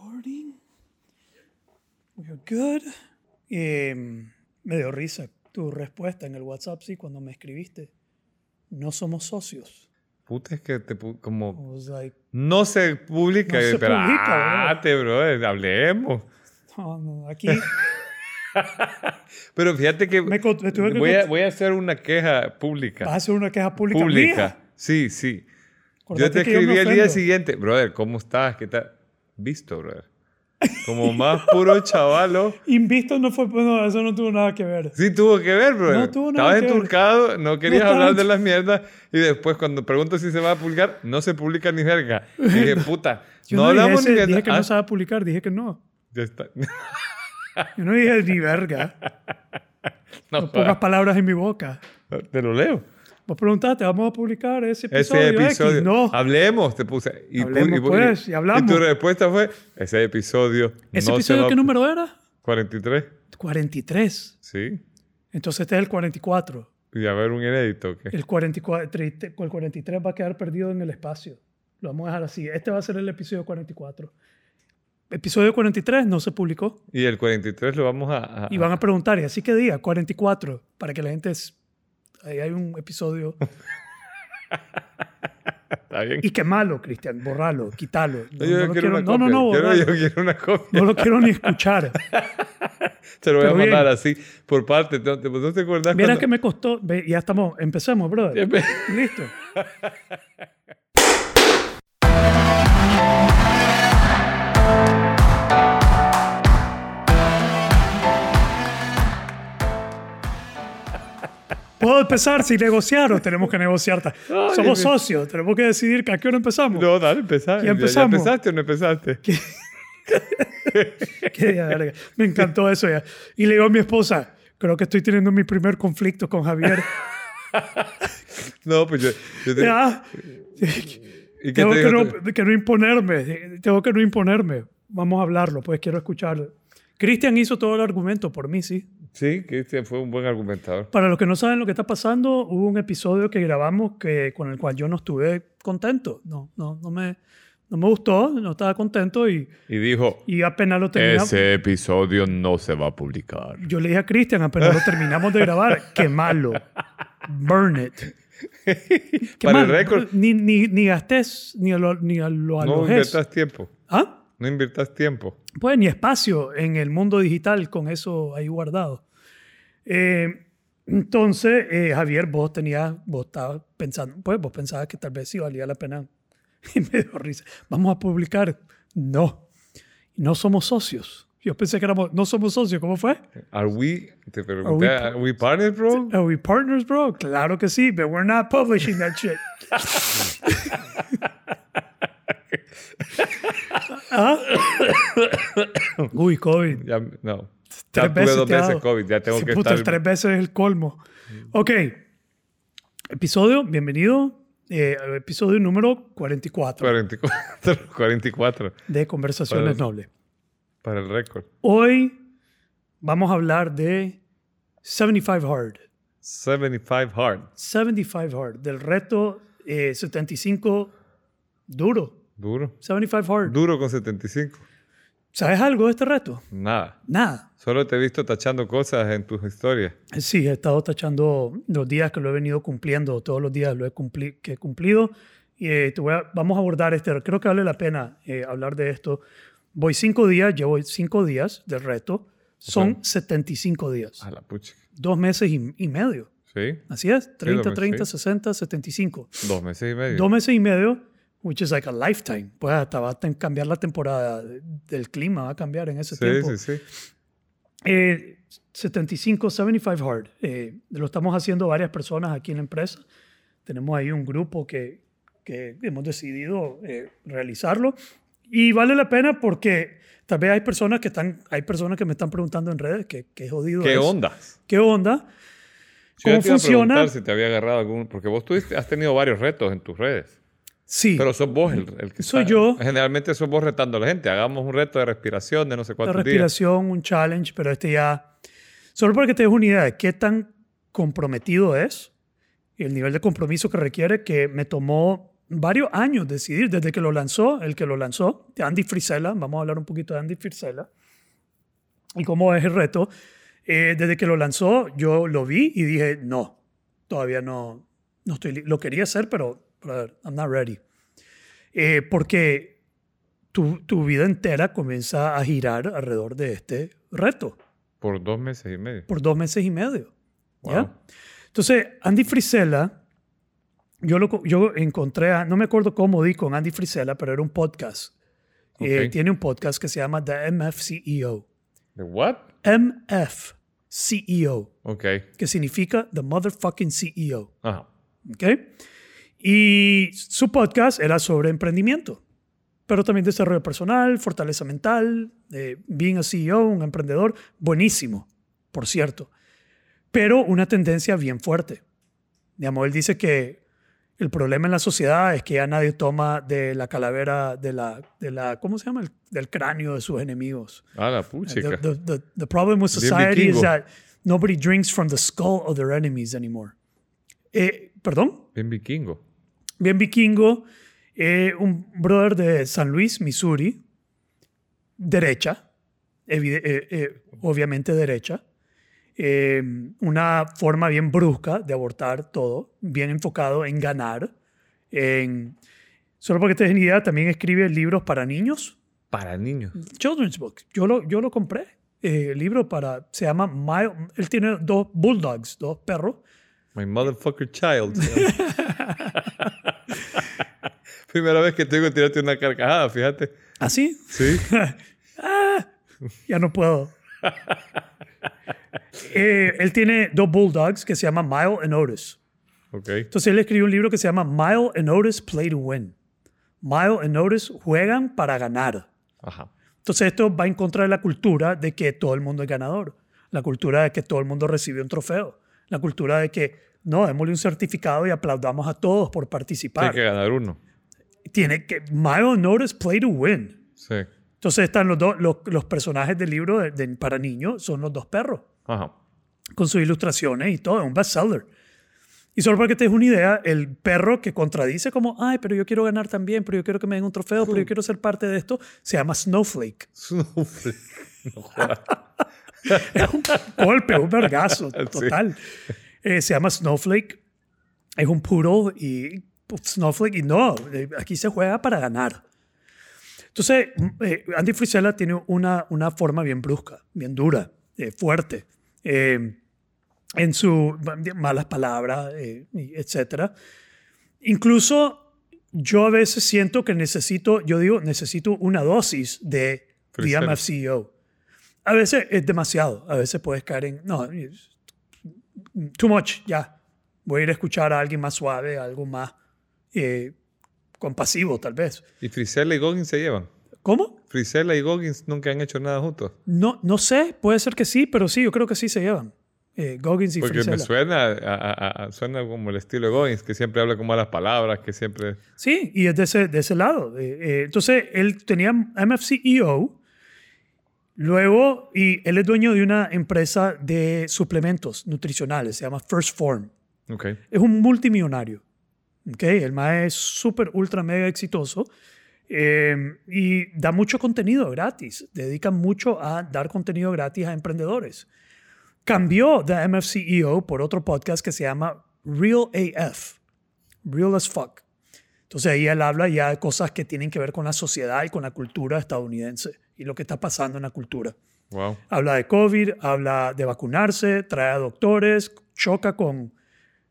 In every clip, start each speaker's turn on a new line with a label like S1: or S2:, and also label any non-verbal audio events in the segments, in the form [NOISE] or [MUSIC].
S1: recording. We are good. Eh, me dio risa tu respuesta en el WhatsApp, sí, cuando me escribiste. No somos socios.
S2: Puta, es que te pu-
S1: I
S2: como
S1: was like,
S2: no se publica.
S1: No se
S2: pero
S1: publica,
S2: "Ate, brother, hablemos.
S1: no, "Oh, no,
S2: [LAUGHS]
S1: aquí
S2: Pero fíjate que
S1: me, con- me tuve que
S2: voy, a,
S1: con-
S2: voy a hacer una queja pública.
S1: vas a hacer una queja pública.
S2: pública.
S1: mía.
S2: Sí, sí.
S1: Acordate
S2: yo te
S1: que me
S2: escribí al día
S1: ofendo.
S2: siguiente, brother, ¿cómo estás? ¿Qué tal? Visto, brother.
S1: [LAUGHS]
S2: Como más puro chavalo.
S1: Invisto no fue, no, eso no tuvo nada que ver.
S2: Sí tuvo que ver, brother.
S1: No tuvo nada
S2: Estabas
S1: que ver.
S2: enturcado, no querías
S1: estaba
S2: hablar
S1: en-
S2: de las mierdas y después cuando pregunto si se va a publicar, no se publica ni verga.
S1: [LAUGHS]
S2: Y dije, puta,
S1: Yo
S2: no,
S1: no, dije,
S2: hablamos
S1: ese-
S2: ni verga.
S1: dije que
S2: Ah,
S1: no se va a publicar, dije que no.
S2: ya está. [LAUGHS]
S1: Yo no dije ni verga.
S2: No,
S1: No pongas palabras en mi boca.
S2: te lo leo.
S1: Vos preguntaste, ¿vamos a publicar ese episodio?
S2: Ese episodio. Ah,
S1: X? No.
S2: Hablemos, te puse. Y, pu-
S1: Hablemos,
S2: y pu-
S1: pues, y hablamos.
S2: tu respuesta fue, ese episodio.
S1: ¿Ese
S2: no se
S1: episodio
S2: va-
S1: qué número era?
S2: 43,
S1: 43.
S2: sí.
S1: Entonces este es el 44.
S2: Y a ver un inédito. ¿qué?
S1: El 44, el 43 va a quedar perdido en el espacio. Lo vamos a dejar así. Este va a ser el episodio 44. Episodio 43 no se publicó.
S2: Y el 43 lo vamos a... a-
S1: Y van a preguntar, ¿y así que diga? 44, para que la gente... s- Ahí hay un
S2: [LAUGHS]
S1: episodio.
S2: Está bien.
S1: Y qué malo, Cristian. Borralo, quítalo. No,
S2: yo
S1: no lo
S2: quiero
S1: quiero,
S2: una
S1: no, no,
S2: copia.
S1: no,
S2: yo, no-
S1: borralo.
S2: yo quiero una copia.
S1: No lo quiero
S2: [LAUGHS]
S1: ni escuchar.
S2: Te lo voy a
S1: pero bien.
S2: mandar así, por parte. ¿No te, no te acordás?
S1: Mira
S2: cuando-
S1: que me costó. Ve, Ya estamos. Empecemos, brother. Listo. Puedo empezar sin negociar o tenemos que negociar. ta-
S2: Ay,
S1: Somos
S2: mi-
S1: socios, tenemos que decidir que a qué hora empezamos.
S2: [LAUGHS] No, dale, empezar.
S1: Ya
S2: ¿Ya, ya
S1: empezamos.
S2: empezaste o no empezaste?
S1: Qué de la verga. Me encantó eso ya. Y le digo a mi esposa, creo que estoy teniendo mi primer conflicto con
S2: [LAUGHS]
S1: Javier.
S2: No, pues yo... yo te-
S1: Ya.
S2: ¿Y qué
S1: tengo
S2: te
S1: que
S2: dijo
S1: no, que no imponerme, eh, tengo que no imponerme. Vamos a hablarlo, pues quiero escucharlo. Cristian hizo todo el argumento por mí, sí.
S2: tu- Sí, Cristian fue un buen argumentador.
S1: Para los que no saben lo que está pasando, hubo un episodio que grabamos que, con el cual yo no estuve contento. No, no, no me, no me gustó, no estaba contento y,
S2: Y dijo,
S1: y apenas lo terminamos.
S2: ese episodio no se va a publicar.
S1: Yo le dije a Cristian, apenas lo terminamos de
S2: [LAUGHS]
S1: grabar, qué malo. Burn it. Qué
S2: Para el
S1: mal.
S2: récord.
S1: Ni, ni, ni gastes, ni lo, ni lo
S2: No
S1: alojes.
S2: inviertas tiempo.
S1: ¿Ah?
S2: No inviertas tiempo.
S1: pues ni espacio en el mundo digital con eso ahí guardado. Eh, entonces, eh, Javier, vos tenías, vos estabas pensando, pues vos pensabas que tal vez sí valía la pena. [LAUGHS] Y me dio risa. Vamos a publicar. No. No somos socios. Yo pensé que éramos, no somos socios. ¿Cómo fue?
S2: Are we... Te pregunté,
S1: we
S2: ¿Are we partners, bro?
S1: Are we partners, bro? Claro que sí, but we're not publishing that shit. [LAUGHS] ¿Ah? [COUGHS] Uy, COVID.
S2: Ya, no.
S1: Tres
S2: ya tuve
S1: veces
S2: dos
S1: te ha
S2: veces
S1: dado.
S2: COVID. Ya tengo
S1: Sí,
S2: que
S1: puta,
S2: estar... Mm.
S1: tres veces es el colmo. Ok. Episodio, bienvenido. eh, al episodio número 44
S2: [LAUGHS] 44, 44
S1: de Conversaciones Nobles.
S2: para el récord.
S1: Hoy vamos a hablar de 75 Hard.
S2: 75 hard.
S1: 75 Hard, del reto eh, 75 duro.
S2: Duro.
S1: 75 Hard.
S2: Duro con 75.
S1: ¿Sabes algo de este reto?
S2: Nada.
S1: Nada.
S2: Solo te he visto tachando cosas en tus historias.
S1: Sí, he estado tachando los días que lo he venido cumpliendo, todos los días lo he cumpli- que he cumplido. Y eh, te voy a- vamos a abordar este, creo que vale la pena eh, hablar de esto. Voy cinco días, llevo cinco días del reto, son 75 días,
S2: A la pucha.
S1: dos meses y, y medio.
S2: Ah. Sí.
S1: Así es, 30,
S2: meses,
S1: 30,
S2: sí.
S1: 60, 75.
S2: Dos meses y medio.
S1: Dos meses y medio, which is like a lifetime. Pues hasta va a ten- cambiar la temporada del clima, va a cambiar en ese
S2: sí,
S1: tiempo.
S2: sí, sí.
S1: Eh, 75, 75 Hard. Eh, lo estamos haciendo varias personas aquí en la empresa. Tenemos ahí un grupo que, que hemos decidido eh, realizarlo. Y vale la pena porque tal vez hay personas que están, hay personas que me están preguntando en redes que, que jodido
S2: ¿Qué
S1: es.
S2: onda?
S1: ¿Qué onda?
S2: Yo ya
S1: ¿Cómo
S2: te iba a
S1: funciona?
S2: preguntar si te había agarrado algún... Porque vos tuviste, has tenido varios retos en tus redes.
S1: Sí,
S2: Pero sos vos el, el que
S1: Soy
S2: está-
S1: yo.
S2: Generalmente sos vos retando a la gente. Hagamos un reto de respiración de no sé
S1: la
S2: cuántos días.
S1: respiración, un challenge, pero este ya... Solo para que te des una idea de qué tan comprometido es y el nivel de compromiso que requiere, que me tomó varios años decidir, desde que lo lanzó, el que lo lanzó, Andy Frisella, vamos a hablar un poquito de Andy Frisella y cómo es el reto. Eh, desde que lo lanzó, yo lo vi y dije, no, todavía no, no estoy, li- lo quería hacer, pero, brother, I'm not ready. Eh, porque tu, tu vida entera comienza a girar alrededor de este reto
S2: Por dos meses y medio.
S1: por dos meses y medio. ¿ya?
S2: Wow.
S1: Entonces, Andy Frisella, yo, lo, co- yo encontré, a, no me acuerdo cómo di con Andy Frisella, pero era un podcast. Eh,
S2: Ok.
S1: tiene un podcast que se llama The MF CEO.
S2: ¿De what?
S1: MF CEO,
S2: Ok.
S1: E que significa The Motherfucking E CEO.
S2: Ajá.
S1: ¿ok? Y su podcast era sobre emprendimiento, pero también desarrollo personal, fortaleza mental, eh, being a CEO, un emprendedor, buenísimo, por cierto, pero una tendencia bien fuerte. Digamos, él dice que el problema en la sociedad es que ya nadie toma de la calavera, de la, de la ¿cómo se llama? El- del cráneo de sus enemigos.
S2: Ah, la
S1: The,
S2: puchica.
S1: the, the, the problem with
S2: Bien
S1: society is
S2: vikingo.
S1: that nobody drinks from the skull of their enemies anymore. Eh, ¿Perdón?
S2: Bien vikingo.
S1: bien vikingo, eh, un brother de San Luis, Missouri, derecha, evide- eh, eh, obviamente derecha, eh, una forma bien brusca de abortar todo, bien enfocado en ganar, en... Solo porque te den idea, también escribe libros para niños,
S2: Para niños.
S1: Mm. children's book. Yo lo, yo lo compré. eh, el libro para, se llama, My- él tiene dos bulldogs, dos perros,
S2: My
S1: [LAUGHS]
S2: motherfucker child. [LAUGHS] Primera vez que tengo que tirarte una carcajada, fíjate.
S1: así,
S2: Sí.
S1: Ya no puedo. Eh, él tiene dos bulldogs que se llaman Mile and Otis.
S2: Ok.
S1: Entonces él escribió un libro que se llama Mile and Otis Play to Win. Mile and Otis juegan para ganar.
S2: Ajá.
S1: Entonces esto va en contra de la cultura de que todo el mundo es ganador, la cultura de que todo el mundo recibe un trofeo, la cultura de que no, démosle un certificado y aplaudamos a todos por
S2: Hay
S1: participar.
S2: que ganar uno.
S1: Tiene que Mile and Otis Play to Win.
S2: Sí.
S1: Entonces están los dos, los, los personajes del libro de- de- para niños son los dos perros,
S2: Ajá. [LAUGHS]
S1: con sus ilustraciones y todo, es un bestseller. Y solo para que te des una idea, el perro que contradice como, ay, pero yo quiero ganar también, pero yo quiero que me den un trofeo, pero yo quiero ser parte de esto, se llama Snowflake.
S2: Snowflake. No jodas.
S1: [LAUGHS] Es un golpe, un vergazo total. Eh, se llama Snowflake, es un puro y puf, Snowflake, y no, eh, aquí se juega para ganar. Entonces, mm, eh, Andy Frisella tiene una, una forma bien brusca, bien dura, eh, fuerte, eh, en sus malas palabras, eh, y etcétera. Incluso yo a veces siento que necesito, yo digo, necesito una dosis de
S2: Frisella.
S1: DMF CEO. E A veces es demasiado, a veces puedes caer en, no, es too much, ya. Voy a ir a escuchar a alguien más suave, algo más eh, compasivo, tal vez.
S2: ¿Y Frisella y Goggins se llevan?
S1: ¿Cómo?
S2: Frisella y Goggins nunca han hecho nada juntos.
S1: No, no sé, puede ser que sí, pero sí, yo creo que sí se llevan. Eh, Goggins y
S2: Porque
S1: Frisella.
S2: me suena, a- a- a- a- suena como el estilo de Goggins, que siempre habla con malas palabras, que siempre...
S1: Sí, y es de ese, de ese lado. Eh, eh, entonces, él tenía MFCEO, E luego, y él es dueño de una empresa de suplementos nutricionales, se llama First Form.
S2: Ok.
S1: Es un multimillonario. ¿ok? El MAE es súper, ultra, mega exitoso. eh, y da mucho contenido gratis. Dedica mucho a dar contenido gratis a emprendedores. Cambió The MFCEO E por otro podcast que se llama Real AF. Real as fuck. Entonces ahí él habla ya de cosas que tienen que ver con la sociedad y con la cultura estadounidense y lo que está pasando en la cultura.
S2: Wow.
S1: Habla de COVID, habla de vacunarse, trae a doctores, choca con,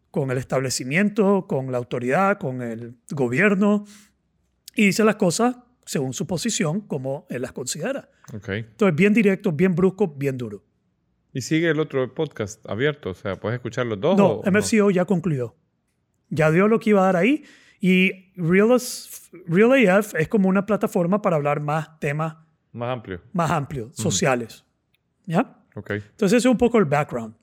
S1: con el establecimiento, con la autoridad, con el gobierno y dice las cosas según su posición, como él las considera.
S2: Ok.
S1: Entonces, bien directo, bien brusco, bien duro.
S2: Y sigue el otro podcast abierto, o sea, puedes escuchar los dos.
S1: No,
S2: o
S1: MFCO ya concluyó. Ya dio lo que iba a dar ahí. Y Real, as- Real AF es como una plataforma para hablar más temas
S2: Más amplio.
S1: más amplios, sociales. ¿Ya?
S2: Ok.
S1: Entonces ese es un poco el background.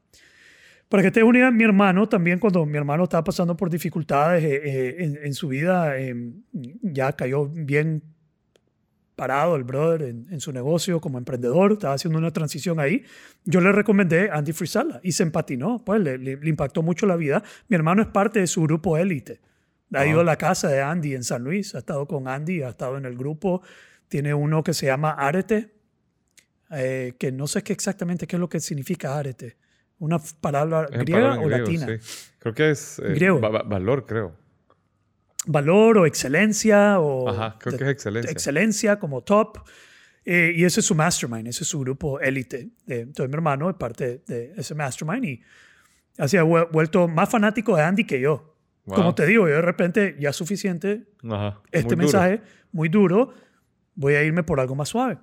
S1: Para que te des una idea, mi hermano también, cuando mi hermano estaba pasando por dificultades eh, eh, en, en su vida, eh, ya cayó bien parado el brother en, en su negocio como emprendedor, estaba haciendo una transición ahí. Yo le recomendé Andy Frisella y se empatinó, pues le, le- le impactó mucho la vida. Mi hermano es parte de su grupo élite, Ha ido a la casa de Andy en San Luis, ha estado con Andy, ha estado en el grupo. Tiene uno que se llama Arete, eh, que no sé qué exactamente qué es lo que significa Arete. ¿Una f- palabra
S2: Es en
S1: griega
S2: palabra en
S1: o
S2: griego,
S1: latina?
S2: sí. Creo que es eh,
S1: Griego.
S2: va- va- valor, creo.
S1: Valor o excelencia o
S2: Ajá, creo
S1: de-
S2: que es excelencia.
S1: excelencia, como top. Eh, y ese es su mastermind, ese es su grupo élite. Eh, entonces mi hermano es parte de ese mastermind y así ha vuel- vuelto más fanático de Andy que yo.
S2: Wow.
S1: Como te digo, yo de repente ya es suficiente
S2: Ajá,
S1: este
S2: muy duro.
S1: mensaje muy duro, voy a irme por algo más suave.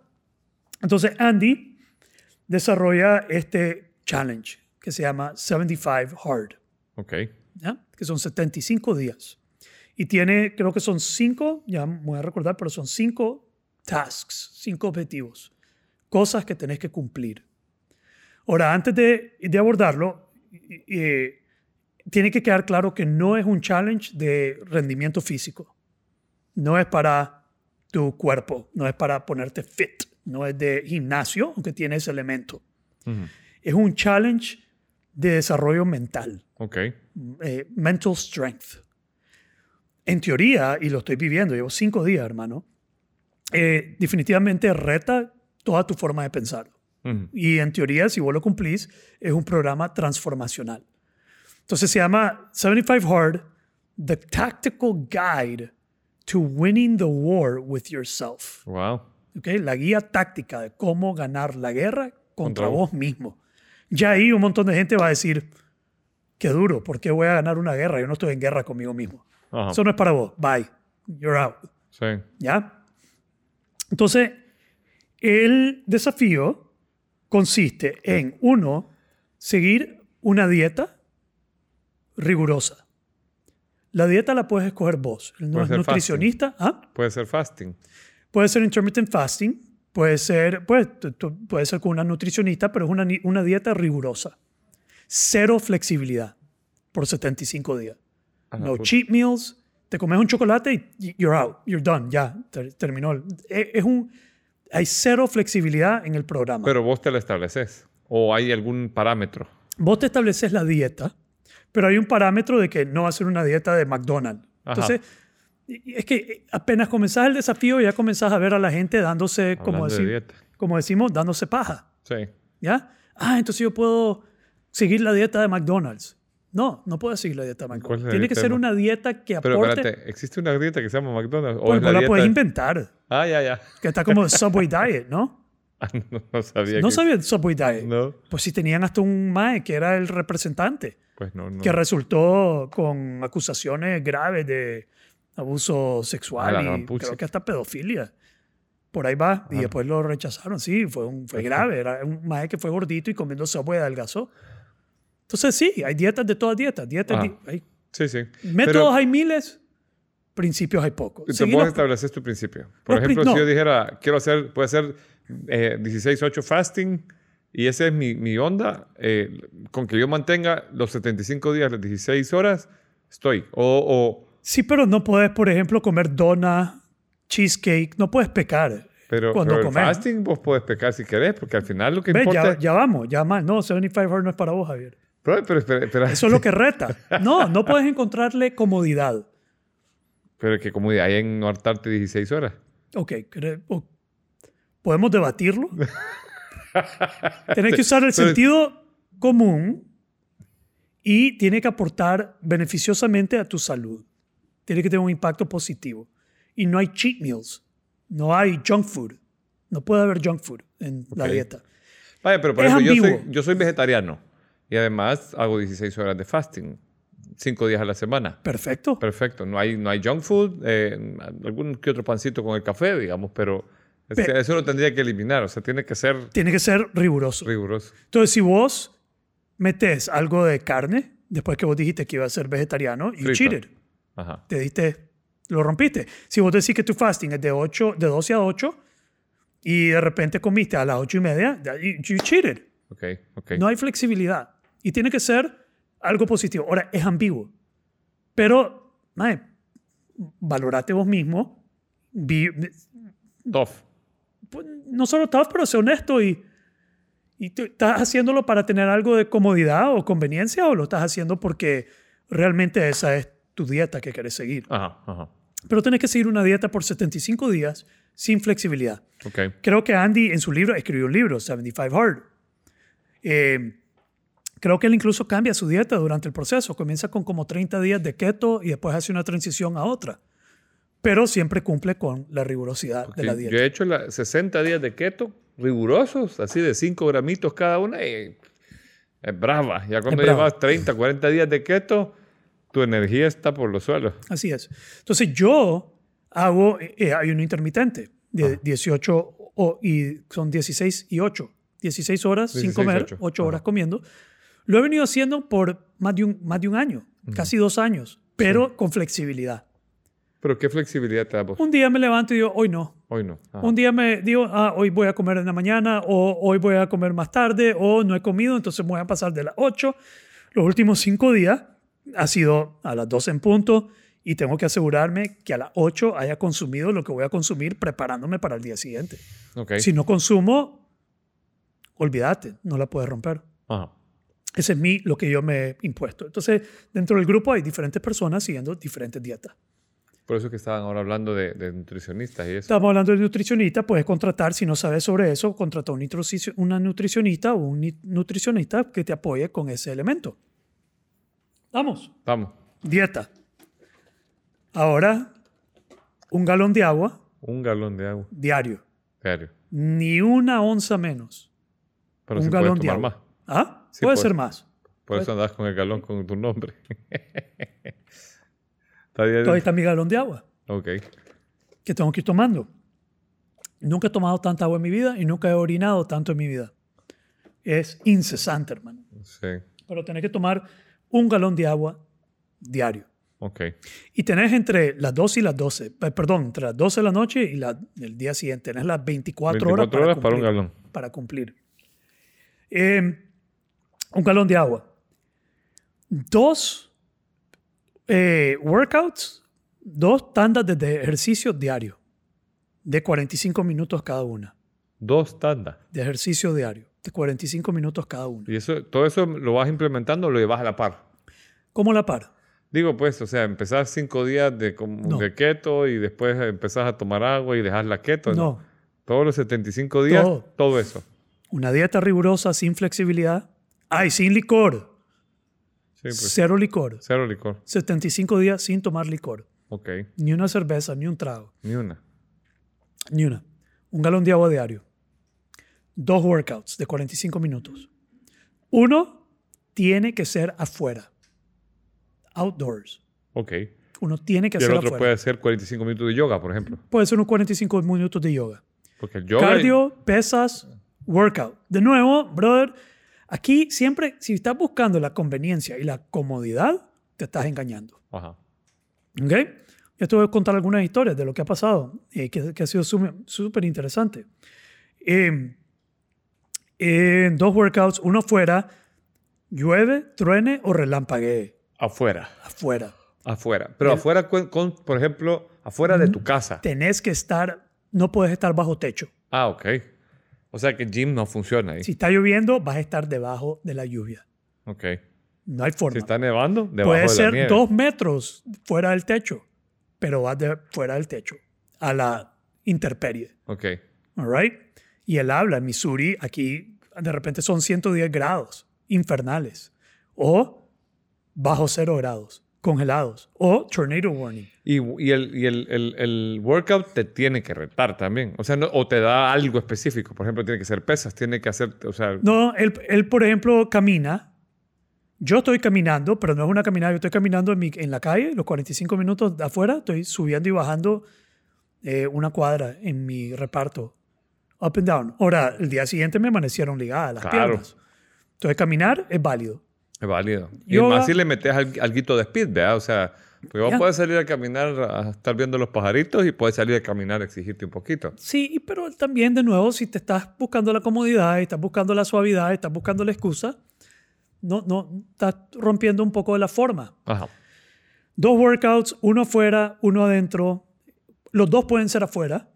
S1: Entonces Andy desarrolla este challenge que se llama 75 Hard.
S2: Ok.
S1: ¿ya? que son 75 días. Y tiene, creo que son cinco, ya me voy a recordar, pero son cinco tasks, cinco objetivos, cosas que tenés que cumplir. Ahora, antes de, de abordarlo, y- y- tiene que quedar claro que no es un challenge de rendimiento físico. No es para tu cuerpo, no es para ponerte fit, no es de gimnasio, aunque tiene ese elemento.
S2: Ujú.
S1: Es un challenge de desarrollo mental
S2: Ok.
S1: eh, mental strength. En teoría, y lo estoy viviendo, llevo cinco días, hermano, eh, definitivamente reta toda tu forma de pensar.
S2: Ujú.
S1: Y en teoría, si vos lo cumplís, es un programa transformacional. Entonces se llama 75 Hard, The Tactical Guide to Winning the War with Yourself.
S2: Wow.
S1: ¿ok? La guía táctica de cómo ganar la guerra contra
S2: Contra vos.
S1: vos mismo. Ya ahí un montón de gente va a decir, qué duro, ¿por qué voy a ganar una guerra? Yo no estoy en guerra conmigo mismo.
S2: Ajá.
S1: Eso no es para vos. Bye. You're out.
S2: Sí.
S1: ¿Ya? Entonces, el desafío consiste en, uno, seguir una dieta rigurosa. La dieta la puedes escoger vos. El
S2: Puede ser fasting.
S1: nutricionista. ¿ah?
S2: Puede ser fasting.
S1: Puede ser intermittent fasting, puede ser, pues, tú- tú- puede ser con una nutricionista, pero es una, ni- una dieta rigurosa. Cero flexibilidad por 75 días.
S2: Ah, la
S1: No
S2: puta.
S1: cheat meals. Te comes un chocolate y y- you're out, you're done, ya, ter- terminó. el- e- Es un, hay cero flexibilidad en el programa.
S2: Pero vos te la estableces. O hay algún parámetro.
S1: Vos te estableces la dieta, pero hay un parámetro de que no va a ser una dieta de McDonald's.
S2: Ajá.
S1: Entonces, y- y es que eh, apenas comenzás el desafío, ya comenzás a ver a la gente dándose, como,
S2: Hablando de
S1: decir-
S2: dieta.
S1: como decimos, dándose paja.
S2: Sí.
S1: ¿Ya? Ah, entonces yo puedo seguir la dieta de McDonald's. No, no puedo seguir la dieta de
S2: ¿Cuál es
S1: McDonald's.
S2: la
S1: Tiene que
S2: dieta de
S1: ser
S2: Mc-
S1: una dieta que
S2: Pero
S1: aporte.
S2: espérate, ¿existe una dieta que se llama McDonald's? ¿O
S1: Bueno,
S2: es la
S1: vos la
S2: dieta-
S1: puedes inventar.
S2: Ah, ya, [LAUGHS] ya.
S1: Que está como el Subway Diet,
S2: [LAUGHS]
S1: ¿no?
S2: Ah, no, no sabía.
S1: No
S2: que-
S1: sabía el Subway Diet.
S2: [LAUGHS] No.
S1: Pues sí tenían hasta un MAE que era el representante,
S2: Pues no, no.
S1: que resultó con acusaciones graves de abuso
S2: A
S1: sexual
S2: la
S1: y
S2: gran pucha.
S1: creo que hasta pedofilia. Por ahí va. Y después lo rechazaron. Sí, fue, un, fue grave. Era un MAE que fue gordito y comiendo Subway adelgazó. Entonces sí, hay dietas de todas dietas. dietas
S2: Ah.
S1: di- hay
S2: Sí, sí.
S1: métodos hay miles, principios hay pocos.
S2: Pero te
S1: Seguí
S2: puedes
S1: los-
S2: establecer tu principio. Por
S1: los pri-
S2: ejemplo,
S1: no.
S2: si yo dijera, quiero hacer, puede ser eh, 16-8 fasting y esa es mi, mi onda, eh, con que yo mantenga los 75 días, las 16 horas, estoy. O, o
S1: Sí, pero no puedes, por ejemplo, comer dona, cheesecake, no puedes pecar.
S2: pero,
S1: Cuando
S2: pero el
S1: comes.
S2: fasting vos puedes pecar si querés, porque al final lo que
S1: Pues Ve,
S2: importa
S1: ya,
S2: es...
S1: ya vamos, ya mal. No, 75 Hard no es para vos, Javier.
S2: Pero, pero, espera, espera.
S1: Eso es lo que reta. No, no puedes encontrarle comodidad.
S2: Pero que como de ahí en hartarte 16 horas.
S1: Ok, cre- o- ¿podemos debatirlo? Tienes que usar el
S2: Pero-
S1: sentido común y tiene que aportar beneficiosamente a tu salud. Tiene que tener un impacto positivo. Y no hay cheat meals, no hay junk food. No puede haber junk food en la
S2: Ok.
S1: dieta.
S2: Vaya, pero por
S1: Es
S2: ejemplo, yo soy,
S1: ambiguo.
S2: yo soy vegetariano y además hago 16 horas de fasting, 5 días a la semana.
S1: Perfecto.
S2: Perfecto, no hay, no hay junk food, eh, algún que otro pancito con el café, digamos, pero es
S1: Pe-
S2: que eso lo tendría que eliminar, o sea, tiene que ser
S1: Tiene que ser riguroso.
S2: riguroso.
S1: Entonces, si vos metes algo de carne, después que vos dijiste que iba a ser vegetariano, you
S2: Frita.
S1: cheated.
S2: Ajá.
S1: Te diste, lo rompiste. Si vos decís que tu fasting es de, 8, de 12 a 8 y de repente comiste a las 8 y media, that- you, you cheated.
S2: Ok, ok.
S1: No hay flexibilidad. Y tiene que ser algo positivo. Ahora, es ambiguo. Pero, mae, valorate vos mismo. Vi-
S2: Tough.
S1: pues, no solo tough, pero sé honesto y, y tú estás haciéndolo para tener algo de comodidad o conveniencia o lo estás haciendo porque realmente esa es tu dieta que querés seguir.
S2: Ajá, ajá.
S1: Pero tenés que seguir una dieta por 75 días sin flexibilidad.
S2: Ok.
S1: Creo que Andy en su libro escribió un libro, 75 Hard. Eh, creo que él incluso cambia su dieta durante el proceso. Comienza con como 30 días de keto y después hace una transición a otra. Pero siempre cumple con la rigurosidad de la
S2: Sí,
S1: dieta.
S2: Yo he hecho la 60 días de keto rigurosos, así de 5 gramitos cada una. y es brava. Ya cuando
S1: Es brava.
S2: llevas 30, 40 días de keto, tu energía está por los suelos.
S1: Así es. Entonces yo hago eh, ayuno intermitente de
S2: Ah.
S1: 18 o, y son 16 y 8. 16 horas sin
S2: 16,
S1: comer, 8,
S2: ocho. Ajá.
S1: horas comiendo. Lo he venido haciendo por más de un, más de un año, casi dos años, pero con flexibilidad.
S2: Pero qué flexibilidad te da vos.
S1: Un día me levanto y digo, hoy no.
S2: Hoy no. Ajá.
S1: Un día me digo, ah, hoy voy a comer en la mañana, o hoy voy a comer más tarde, o no he comido, entonces me voy a pasar de las 8. Los últimos cinco días ha sido a las 12 en punto y tengo que asegurarme que a las 8 haya consumido lo que voy a consumir preparándome para el día siguiente.
S2: Ok.
S1: Si no consumo, olvídate, no la puedes romper.
S2: Ajá.
S1: Ese es mi, lo que yo me he impuesto. Entonces, dentro del grupo hay diferentes personas siguiendo diferentes dietas.
S2: Por eso es que estaban ahora hablando de, de nutricionistas y eso.
S1: Estamos hablando de nutricionista, puedes contratar, si no sabes sobre eso, contrata un nutrici- una nutricionista o un ni- nutricionista que te apoye con ese elemento. Vamos,
S2: Vamos.
S1: dieta. Ahora, un galón de agua
S2: Un galón de agua
S1: diario,
S2: diario.
S1: ni una onza menos.
S2: Pero
S1: un
S2: sí puedes
S1: galón de
S2: tomar
S1: agua.
S2: más.
S1: ¿Ah?
S2: Sí pues.
S1: puede
S2: puedes.
S1: ser más.
S2: Por eso andabas con el galón con tu nombre. [LAUGHS] Está bien.
S1: Todavía está mi galón de agua
S2: Ok.
S1: que tengo que ir tomando. Nunca he tomado tanta agua en mi vida y nunca he orinado tanto en mi vida. Es incesante, hermano.
S2: Sí.
S1: pero tenés que tomar un galón de agua diario.
S2: Ok.
S1: Y tenés entre las 2 y las 12, pe- perdón, entre las 12 de la noche y la, el día siguiente, tenés las 24,
S2: 24 horas para un
S1: cumplir-
S2: galón.
S1: Para cumplir. Eh, un galón de agua. Dos eh, workouts, dos tandas de- de ejercicio diario, de 45 minutos cada una,
S2: Dos tandas.
S1: de ejercicio diario, de 45 minutos cada una.
S2: Y eso, todo eso lo vas implementando o lo llevas a la par.
S1: ¿Cómo la par?
S2: Digo, pues, o sea, empezás cinco días de, como
S1: No.
S2: de keto y después empezás a tomar agua y dejas la keto.
S1: no.
S2: Todos los 75 días,
S1: Todo.
S2: todo eso.
S1: Una dieta rigurosa, sin flexibilidad. Ay, sin licor.
S2: Sí, pues.
S1: Cero licor.
S2: Cero licor.
S1: 75 días sin tomar licor.
S2: Ok.
S1: Ni una cerveza, ni un trago.
S2: Ni una.
S1: Ni una. Un galón de agua diario. Dos workouts de 45 minutos. Uno tiene que ser afuera. Outdoors.
S2: Ok.
S1: Uno tiene que
S2: Y el
S1: hacer
S2: otro
S1: afuera.
S2: puede ser 45 minutos de yoga, por ejemplo.
S1: Puede ser unos 45 minutos de yoga.
S2: Porque el yoga.
S1: Cardio, pesas, workout. De nuevo, brother, aquí siempre, si estás buscando la conveniencia y la comodidad, te estás engañando.
S2: Ajá.
S1: ¿Ok? Ya te voy a contar algunas historias de lo que ha pasado, eh, que, que ha sido sum- súper interesante. Eh, eh, dos workouts, uno afuera, llueve, truene o relampaguee.
S2: Afuera.
S1: Afuera.
S2: Afuera. Pero afuera, con, con, por ejemplo, afuera de
S1: Mm.
S2: tu casa.
S1: Tenés que estar, no puedes estar bajo techo.
S2: Ah, ok. O sea que el gym no funciona ahí.
S1: Si está lloviendo, vas a estar debajo de la lluvia.
S2: Ok.
S1: No hay
S2: Si
S1: forma.
S2: está nevando, debajo de
S1: Puede
S2: la
S1: ser
S2: nieve.
S1: dos metros fuera del techo, pero vas de fuera del techo a la interperie.
S2: Ok.
S1: All right? Y él habla, en Missouri, aquí de repente son 110 grados infernales o bajo cero grados, congelados o tornado warning.
S2: Y, y el, y el, el- el workout te tiene que retar también. O sea, no- o te da algo específico. Por ejemplo, tiene que ser pesas, tiene que hacer. O sea,
S1: No, él, él, por ejemplo, camina. Yo estoy caminando, pero no es una caminada. Yo estoy caminando en, mi- en la calle, los 45 minutos de afuera. Estoy subiendo y bajando eh, una cuadra en mi reparto. Up and down. Ahora, el día siguiente me amanecieron ligadas las
S2: Claro.
S1: piernas. Entonces, caminar es válido.
S2: es válido.
S1: Yoga-
S2: Y más si le metes al, alguito de speed, ¿verdad? O sea, porque vos
S1: Ya.
S2: puedes salir a caminar, a estar viendo los pajaritos y puedes salir a caminar, a exigirte un poquito.
S1: Sí, y pero también, de nuevo, si te estás buscando la comodidad, estás buscando la suavidad, estás buscando la excusa, no, no, estás rompiendo un poco la forma.
S2: Ajá.
S1: Dos workouts, uno afuera, uno adentro. Los dos pueden ser afuera.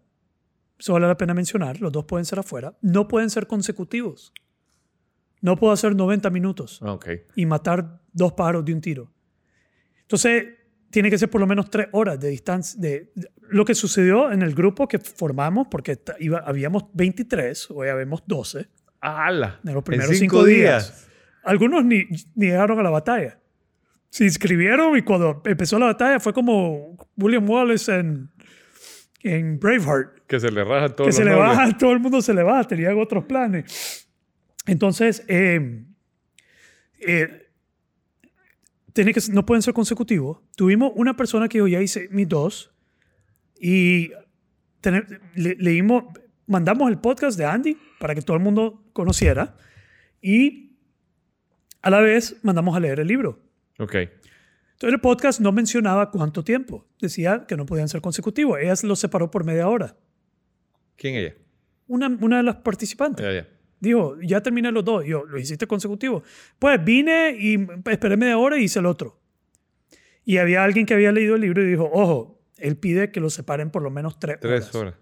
S1: Eso vale la pena mencionar. Los dos pueden ser afuera. No pueden ser consecutivos. No puedo hacer 90 minutos
S2: Ah, Ok.
S1: y matar dos pájaros de un tiro. Entonces, tiene que ser por lo menos tres horas de distancia. De, de- lo que sucedió en el grupo que formamos, porque ta- iba- habíamos 23, hoy habemos 12,
S2: ¡Hala!
S1: de los primeros cinco, días. Algunos ni, ni llegaron a la batalla. Se inscribieron y cuando empezó la batalla fue como William Wallace en, en Braveheart
S2: Que se le raja todo.
S1: que se le baja, todo el mundo se le va, [LAUGHS] tenían otros planes. Entonces, eh, eh, tiene que, no pueden ser consecutivos. Tuvimos una persona que yo ya hice mis dos y tener- le- leímos, mandamos el podcast de Andy para que todo el mundo conociera y a la vez mandamos a leer el libro.
S2: Ok.
S1: Entonces el podcast no mencionaba cuánto tiempo, decía que no podían ser consecutivos. Ella lo separó por media hora.
S2: ¿Quién ella?
S1: Una, una de las participantes.
S2: Ya, ya.
S1: Dijo, ya terminé los dos. Yo, ¿lo hiciste consecutivo? Pues vine y esperé media hora y hice el otro. Y había alguien que había leído el libro y dijo, ojo, él pide que lo separen por lo menos tres,
S2: Tres horas.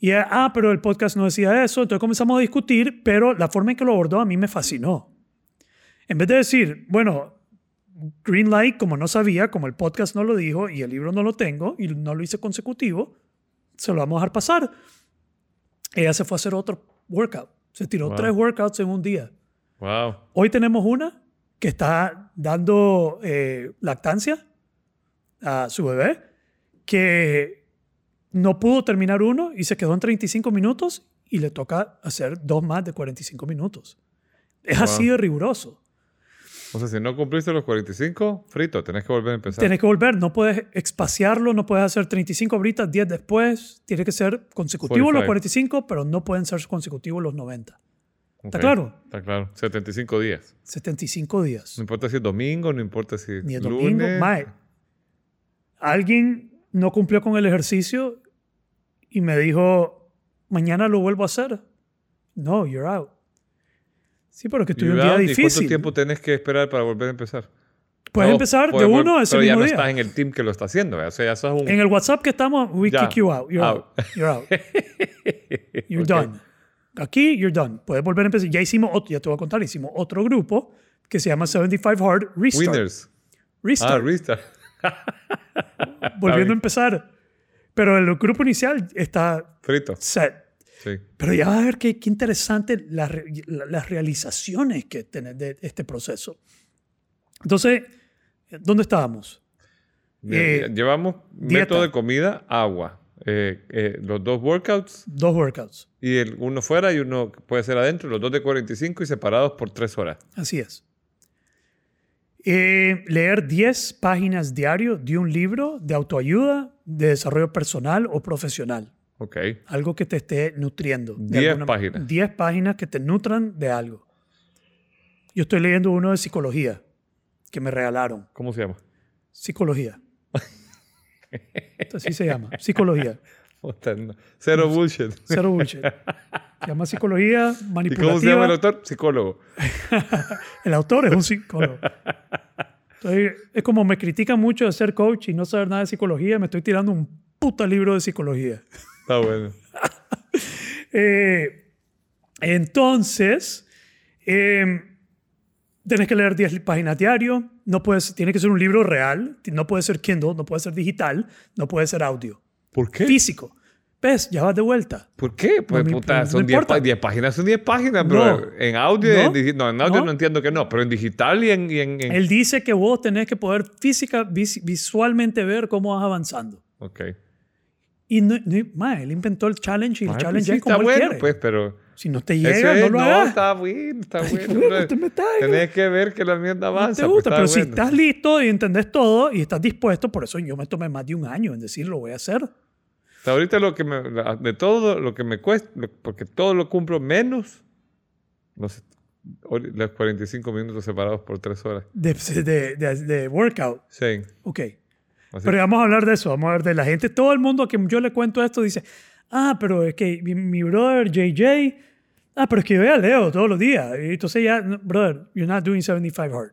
S1: Y ella, ah, pero el podcast no decía eso. Entonces comenzamos a discutir, pero la forma en que lo abordó a mí me fascinó. En vez de decir, bueno, Green Light, como no sabía, como el podcast no lo dijo y el libro no lo tengo y no lo hice consecutivo, se lo vamos a dejar pasar. Ella se fue a hacer otro workout. Se tiró
S2: Wow.
S1: tres workouts en un día.
S2: ¡Wow!
S1: Hoy tenemos una que está dando eh, lactancia a su bebé, que no pudo terminar uno y se quedó en 35 minutos y le toca hacer dos más de 45 minutos. Es
S2: Wow.
S1: así de riguroso.
S2: O sea, si no cumpliste los 45, frito, tenés que volver a empezar.
S1: Tienes que volver, no puedes espaciarlo, no puedes hacer 35 ahorita, 10 después. Tiene que ser consecutivos los
S2: 45.
S1: 45, pero no pueden ser consecutivos los 90. ¿Está
S2: Ok.
S1: claro?
S2: Está claro. 75 días.
S1: 75 días.
S2: No importa si es domingo, no importa si es
S1: ni el
S2: lunes.
S1: domingo. Mae, alguien no cumplió con el ejercicio y me dijo, mañana lo vuelvo a hacer. No, you're out. Sí, pero que
S2: Y
S1: tuve un día
S2: round, ¿y ¿Cuánto
S1: difícil.
S2: tiempo tenés que esperar para volver a empezar?
S1: Puedes
S2: No,
S1: empezar de
S2: puedes vol-
S1: uno a ese
S2: Pero ya
S1: mismo
S2: no
S1: día.
S2: estás en el team que lo está haciendo. ¿eh? O sea, ya sos un...
S1: En el WhatsApp que estamos, we
S2: Ya.
S1: kick you out. You're out.
S2: Out.
S1: You're
S2: [LAUGHS]
S1: out. You're
S2: Ok.
S1: done. Aquí, you're done. Puedes volver a empezar. Ya hicimos otro, ya te voy a contar, hicimos otro grupo que se llama 75 Hard Restart.
S2: Winners.
S1: Restart.
S2: Ah, restart.
S1: volviendo a
S2: bien.
S1: empezar. Pero el grupo inicial está
S2: [LAUGHS] Frito.
S1: set.
S2: Sí.
S1: Pero ya vas a ver qué, qué interesante la re- la- las realizaciones que tenés de este proceso. Entonces, ¿dónde estábamos? Eh,
S2: Llevamos
S1: dieta.
S2: método de comida, agua. Eh, eh, los dos workouts
S1: Dos workouts.
S2: y el, uno fuera y uno puede ser adentro, los dos de 45 y separados por tres horas.
S1: Así es. Eh, leer 10 páginas diario de un libro de autoayuda, de desarrollo personal o profesional.
S2: Ok.
S1: Algo que te esté nutriendo. de
S2: 10
S1: alguna-
S2: páginas.
S1: 10 páginas que te nutran de algo. Yo estoy leyendo uno de psicología que me regalaron.
S2: ¿Cómo se llama? [LAUGHS]
S1: Psicología. Así se llama. Psicología.
S2: Puta, no. Cero bullshit.
S1: Cero bullshit. Se llama psicología
S2: ¿Y cómo se llama
S1: manipulativa.
S2: el doctor? Psicólogo.
S1: El autor es un psicólogo. Entonces, es como me critican mucho de ser coach y no saber nada de psicología. Me estoy tirando un puta libro de psicología.
S2: Está bueno.
S1: Eh, entonces, eh, tienes que leer 10 páginas diario. No puedes, tiene que ser un libro real. No puede ser Kindle, no puede ser digital, no puede ser audio.
S2: ¿Por qué?
S1: Físico. ¿Ves? Ya vas de vuelta.
S2: ¿Por qué? Pues
S1: No me-
S2: puta,
S1: no
S2: son
S1: me
S2: 10
S1: importa.
S2: pa- 10 páginas, son 10 páginas,
S1: No.
S2: pero en audio,
S1: No.
S2: en digi- no, en audio
S1: No.
S2: no. entiendo que no, pero en digital y en... y en- en-
S1: Él dice que vos tenés que poder física, vis- visualmente ver cómo vas avanzando.
S2: Ok.
S1: Y no, no- ma, él inventó el challenge y el
S2: Ah, pues
S1: challenge
S2: sí,
S1: es como
S2: está
S1: él
S2: bueno,
S1: quiere.
S2: pues, pero...
S1: si no te
S2: Eso
S1: llega, no
S2: es,
S1: lo [LAUGHS]
S2: no,
S1: hagas.
S2: está bien, está bueno.
S1: Bueno,
S2: pero
S1: te metas,
S2: Tenés que ver que la mierda
S1: no
S2: avanza.
S1: te
S2: pues,
S1: gusta,
S2: está
S1: pero si
S2: bueno.
S1: estás listo y entendés todo y estás dispuesto, por eso yo me tomé más de un año en decir lo voy a hacer.
S2: Hasta ahorita lo que me, la- de todo lo que me cuesta, lo- porque todo lo cumplo menos los, ori- los 45 minutos separados por 3 horas.
S1: De, de, de- de workout.
S2: Sí.
S1: Ok.
S2: Así-
S1: Pero vamos a hablar de eso, vamos a hablar de la gente. Todo el mundo a quien yo le cuento esto dice, ah, pero es que mi, mi brother JJ, ah, pero es que yo ya leo todos los días. Y entonces ya, no, brother, you're not doing 75 hard.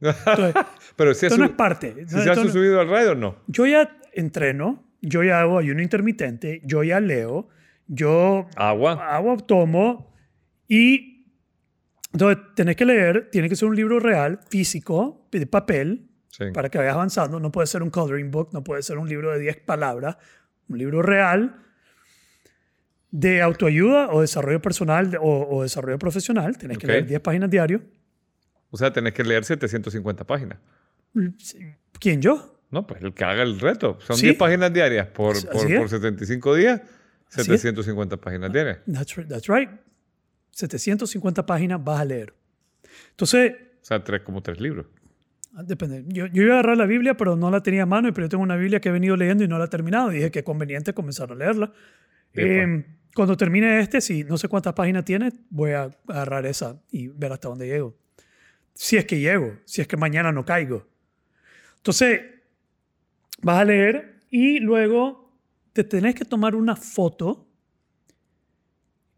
S2: [LAUGHS]
S1: Entonces,
S2: pero si, ha
S1: esto no
S2: sub-
S1: es parte.
S2: si
S1: No,
S2: se ha
S1: esto no-
S2: subido al radio, no.
S1: yo ya entreno, yo ya hago ayuno intermitente, yo ya leo, yo
S2: Agua.
S1: agua tomo y entonces tenés que leer, tiene que ser un libro real, físico, de papel,
S2: Sí.
S1: para que vayas avanzando. No puede ser un coloring book, no puede ser un libro de 10 palabras, un libro real de autoayuda o desarrollo personal de- o, o desarrollo profesional. Tienes
S2: Ok.
S1: que leer 10 páginas diario.
S2: O sea, tenés que leer 750 páginas.
S1: ¿Quién yo?
S2: No, pues el que haga el reto. Son
S1: Sí.
S2: 10 páginas diarias por,
S1: Así
S2: por,
S1: es.
S2: por 75 días,
S1: Así es.
S2: 750 páginas diarias.
S1: That's, ri- that's right. 750 páginas vas a leer. Entonces,
S2: O sea, tres, como tres libros.
S1: Ah, depende. Yo, yo iba a agarrar la Biblia, pero no la tenía a mano, pero yo tengo una Biblia que he venido leyendo y no la he terminado. Dije que conveniente comenzar a leerla.
S2: Epa.
S1: Eh, cuando termine este, si no sé cuántas páginas tiene, voy a agarrar esa y ver hasta dónde llego. Si es que llego, si es que mañana no caigo. Entonces, vas a leer y luego te tenés que tomar una foto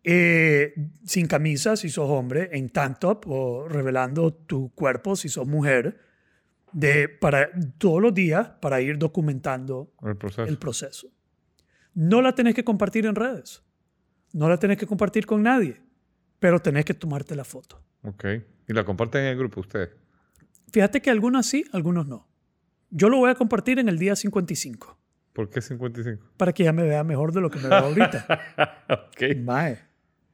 S1: eh, sin camisa si sos hombre, en tank top o revelando tu cuerpo si sos mujer, de, para, todos los días para ir documentando
S2: El proceso.
S1: el proceso. No la tenés que compartir en redes. No la tenés que compartir con nadie. Pero tenés que tomarte la foto.
S2: Ok. Y la comparten en el grupo ustedes.
S1: Fíjate que algunos sí, algunos no. Yo lo voy a compartir en el día 55
S2: ¿Por qué 55?
S1: para que ya me vea mejor de lo que me veo ahorita.
S2: [LAUGHS] ok.
S1: Mae.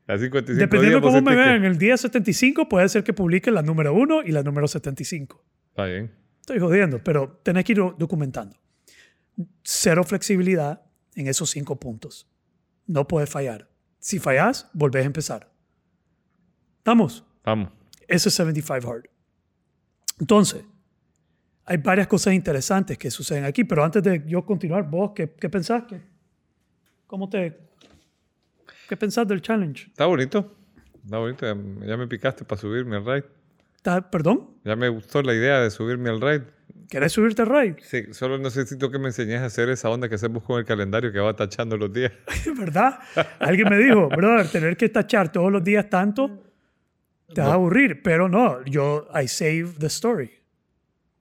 S2: A 55
S1: Dependiendo
S2: días vos
S1: cómo me
S2: sentís que-
S1: vean, el día 75 puede ser que publique la número 1 y la número 75.
S2: Está bien.
S1: Estoy jodiendo, pero tenés que ir documentando. Cero flexibilidad en esos cinco puntos. No puedes fallar. Si fallas, volvés a empezar. ¿Estamos?
S2: Vamos.
S1: Eso es 75 Hard. Entonces, hay varias cosas interesantes que suceden aquí, pero antes de yo continuar, vos, ¿qué, qué pensás? ¿Qué, ¿Cómo te... ¿Qué pensás del challenge?
S2: Está bonito. Está bonito. Ya, ya me picaste para subirme al ride.
S1: ¿Está- ¿Perdón?
S2: Ya me gustó la idea de subirme al ride.
S1: ¿Querés subirte al ride?
S2: Sí, solo necesito que me enseñes a hacer esa onda que hacemos con el calendario que va tachando los días.
S1: [LAUGHS] ¿Verdad? Alguien me dijo, brother, tener que tachar todos los días tanto te vas a aburrir, pero no, yo I save the story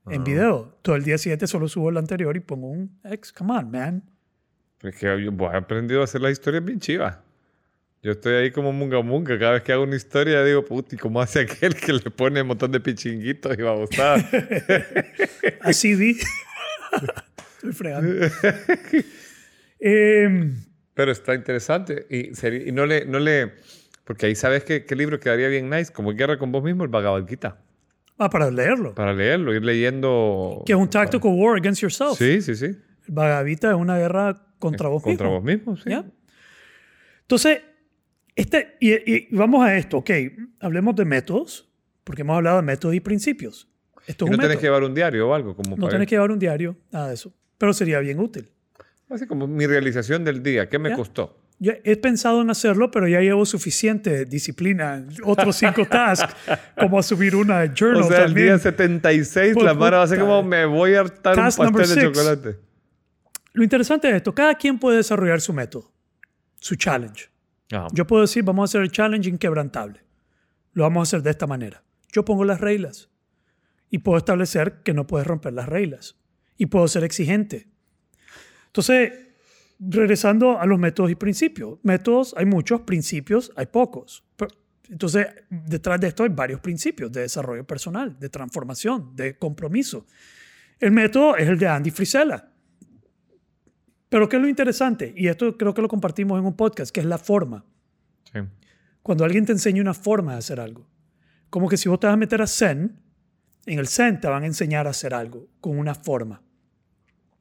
S2: Ah.
S1: en video. Todo el día siguiente solo subo el anterior y pongo un X, come on, man.
S2: Porque yo vos has aprendido a hacer las historias bien chivas. Yo estoy ahí como munga munga. Cada vez que hago una historia digo, puti, ¿cómo hace [LAUGHS] aquel que le pone un montón de pichinguitos y babosadas?
S1: [LAUGHS] Así di.
S2: [LAUGHS]
S1: Estoy fregando. Em,
S2: Pero está interesante. Y, sería- y no, le, no le... Porque ahí sabes que- qué libro quedaría bien nice, como Guerra con vos mismo, el Bhagavad Gita.
S1: ah, para leerlo.
S2: Para leerlo, ir leyendo...
S1: Que es un tactical war against yourself.
S2: Sí, sí, sí.
S1: El Bhagavita es una guerra contra vos
S2: Contra
S1: mismo.
S2: vos mismo, sí.
S1: ¿Ya? Entonces, este, y, y vamos a esto, ok, hablemos de métodos, porque hemos hablado de métodos y principios. Esto
S2: Y
S1: es un
S2: no tenés
S1: método.
S2: que llevar un diario o algo.
S1: no
S2: Como para
S1: tenés que llevar un diario, nada de eso, pero sería bien útil.
S2: Así como mi realización del día, ¿qué me
S1: ¿Ya?
S2: costó?
S1: Yo he pensado en hacerlo, pero ya llevo suficiente disciplina, otros cinco
S2: [LAUGHS]
S1: tasks, como subir una de journal
S2: O sea, el
S1: también.
S2: día 76
S1: Pues,
S2: la mara va a ser
S1: puta.
S2: como me voy a hartar un
S1: Task number
S2: pastel de
S1: six.
S2: chocolate.
S1: Lo interesante es esto, cada quien puede desarrollar su método, su challenge.
S2: Ajá.
S1: Yo puedo decir, vamos a hacer el challenge inquebrantable. Lo vamos a hacer de esta manera. Yo pongo las reglas y puedo establecer que no puedes romper las reglas y puedo ser exigente. Entonces, regresando a los métodos y principios. Métodos hay muchos, principios hay pocos. Pero- Entonces, detrás de esto hay varios principios de desarrollo personal, de transformación, de compromiso. El método es el de Andy Frisella. Pero ¿qué es lo interesante? Y esto creo que lo compartimos en un podcast, que es la forma
S2: Sí.
S1: cuando alguien te enseña una forma de hacer algo. Como que si vos te vas a meter a Zen, en el Zen te van a enseñar a hacer algo con una forma.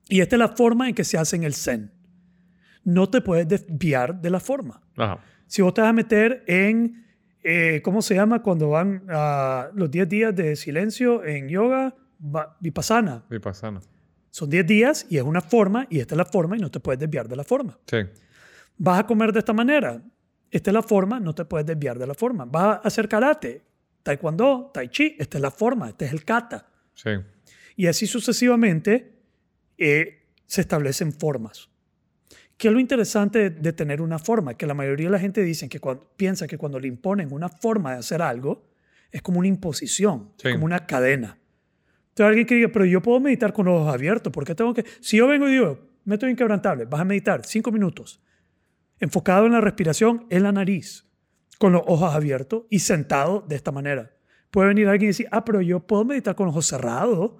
S1: Y esta es la forma en que se hace en el Zen. No te puedes desviar de la forma.
S2: Ajá.
S1: Si vos te vas a meter en, eh, ¿cómo se llama? Cuando van a los 10 días de silencio en yoga, va- vipassana.
S2: Vipassana.
S1: Son 10 días y es una forma y esta es la forma y no te puedes desviar de la forma
S2: Sí.
S1: vas a comer de esta manera. Esta es la forma, no te puedes desviar de la forma. Vas a hacer karate, taekwondo, tai chi, esta es la forma, este es el kata.
S2: Sí.
S1: Y así sucesivamente eh, se establecen formas. ¿Qué es lo interesante de, de tener una forma? Que la mayoría de la gente dicen que cuando, piensa que cuando le imponen una forma de hacer algo, es como una imposición,
S2: Sí.
S1: es como una cadena. Entonces alguien que diga, pero yo puedo meditar con los ojos abiertos, ¿por qué tengo que...? Si yo vengo y digo, método inquebrantable, vas a meditar cinco minutos, enfocado en la respiración, en la nariz, con los ojos abiertos y sentado de esta manera. Puede venir alguien y decir, ah, pero yo puedo meditar con los ojos cerrados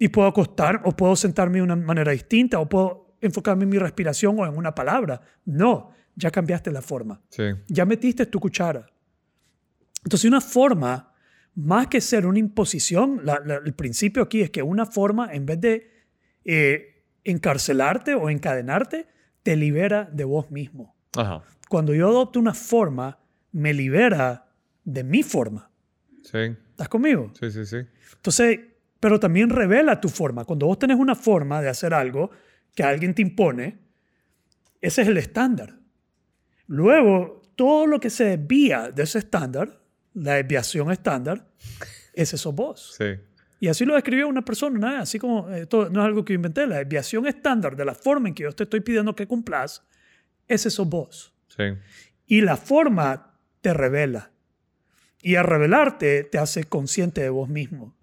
S1: y puedo acostar o puedo sentarme de una manera distinta o puedo enfocarme en mi respiración o en una palabra. No, ya cambiaste la forma.
S2: Sí.
S1: Ya metiste tu cuchara. Entonces, una forma, más que ser una imposición, la- la- el principio aquí es que una forma, en vez de eh, encarcelarte o encadenarte, te libera de vos mismo.
S2: Ajá.
S1: Cuando yo adopto una forma, me libera de mi forma.
S2: Sí.
S1: ¿Estás conmigo?
S2: Sí, sí, sí.
S1: Entonces, pero también revela tu forma. Cuando vos tenés una forma de hacer algo que alguien te impone, ese es el estándar. Luego, todo lo que se desvía de ese estándar, la desviación estándar, ese sos vos.
S2: Sí.
S1: Y así lo describió una persona, ¿no? así como, eh, esto no es algo que yo inventé, la desviación estándar de la forma en que yo te estoy pidiendo que cumplas, ese sos vos.
S2: Sí.
S1: Y la forma te revela. Y al revelarte te hace consciente de vos mismo.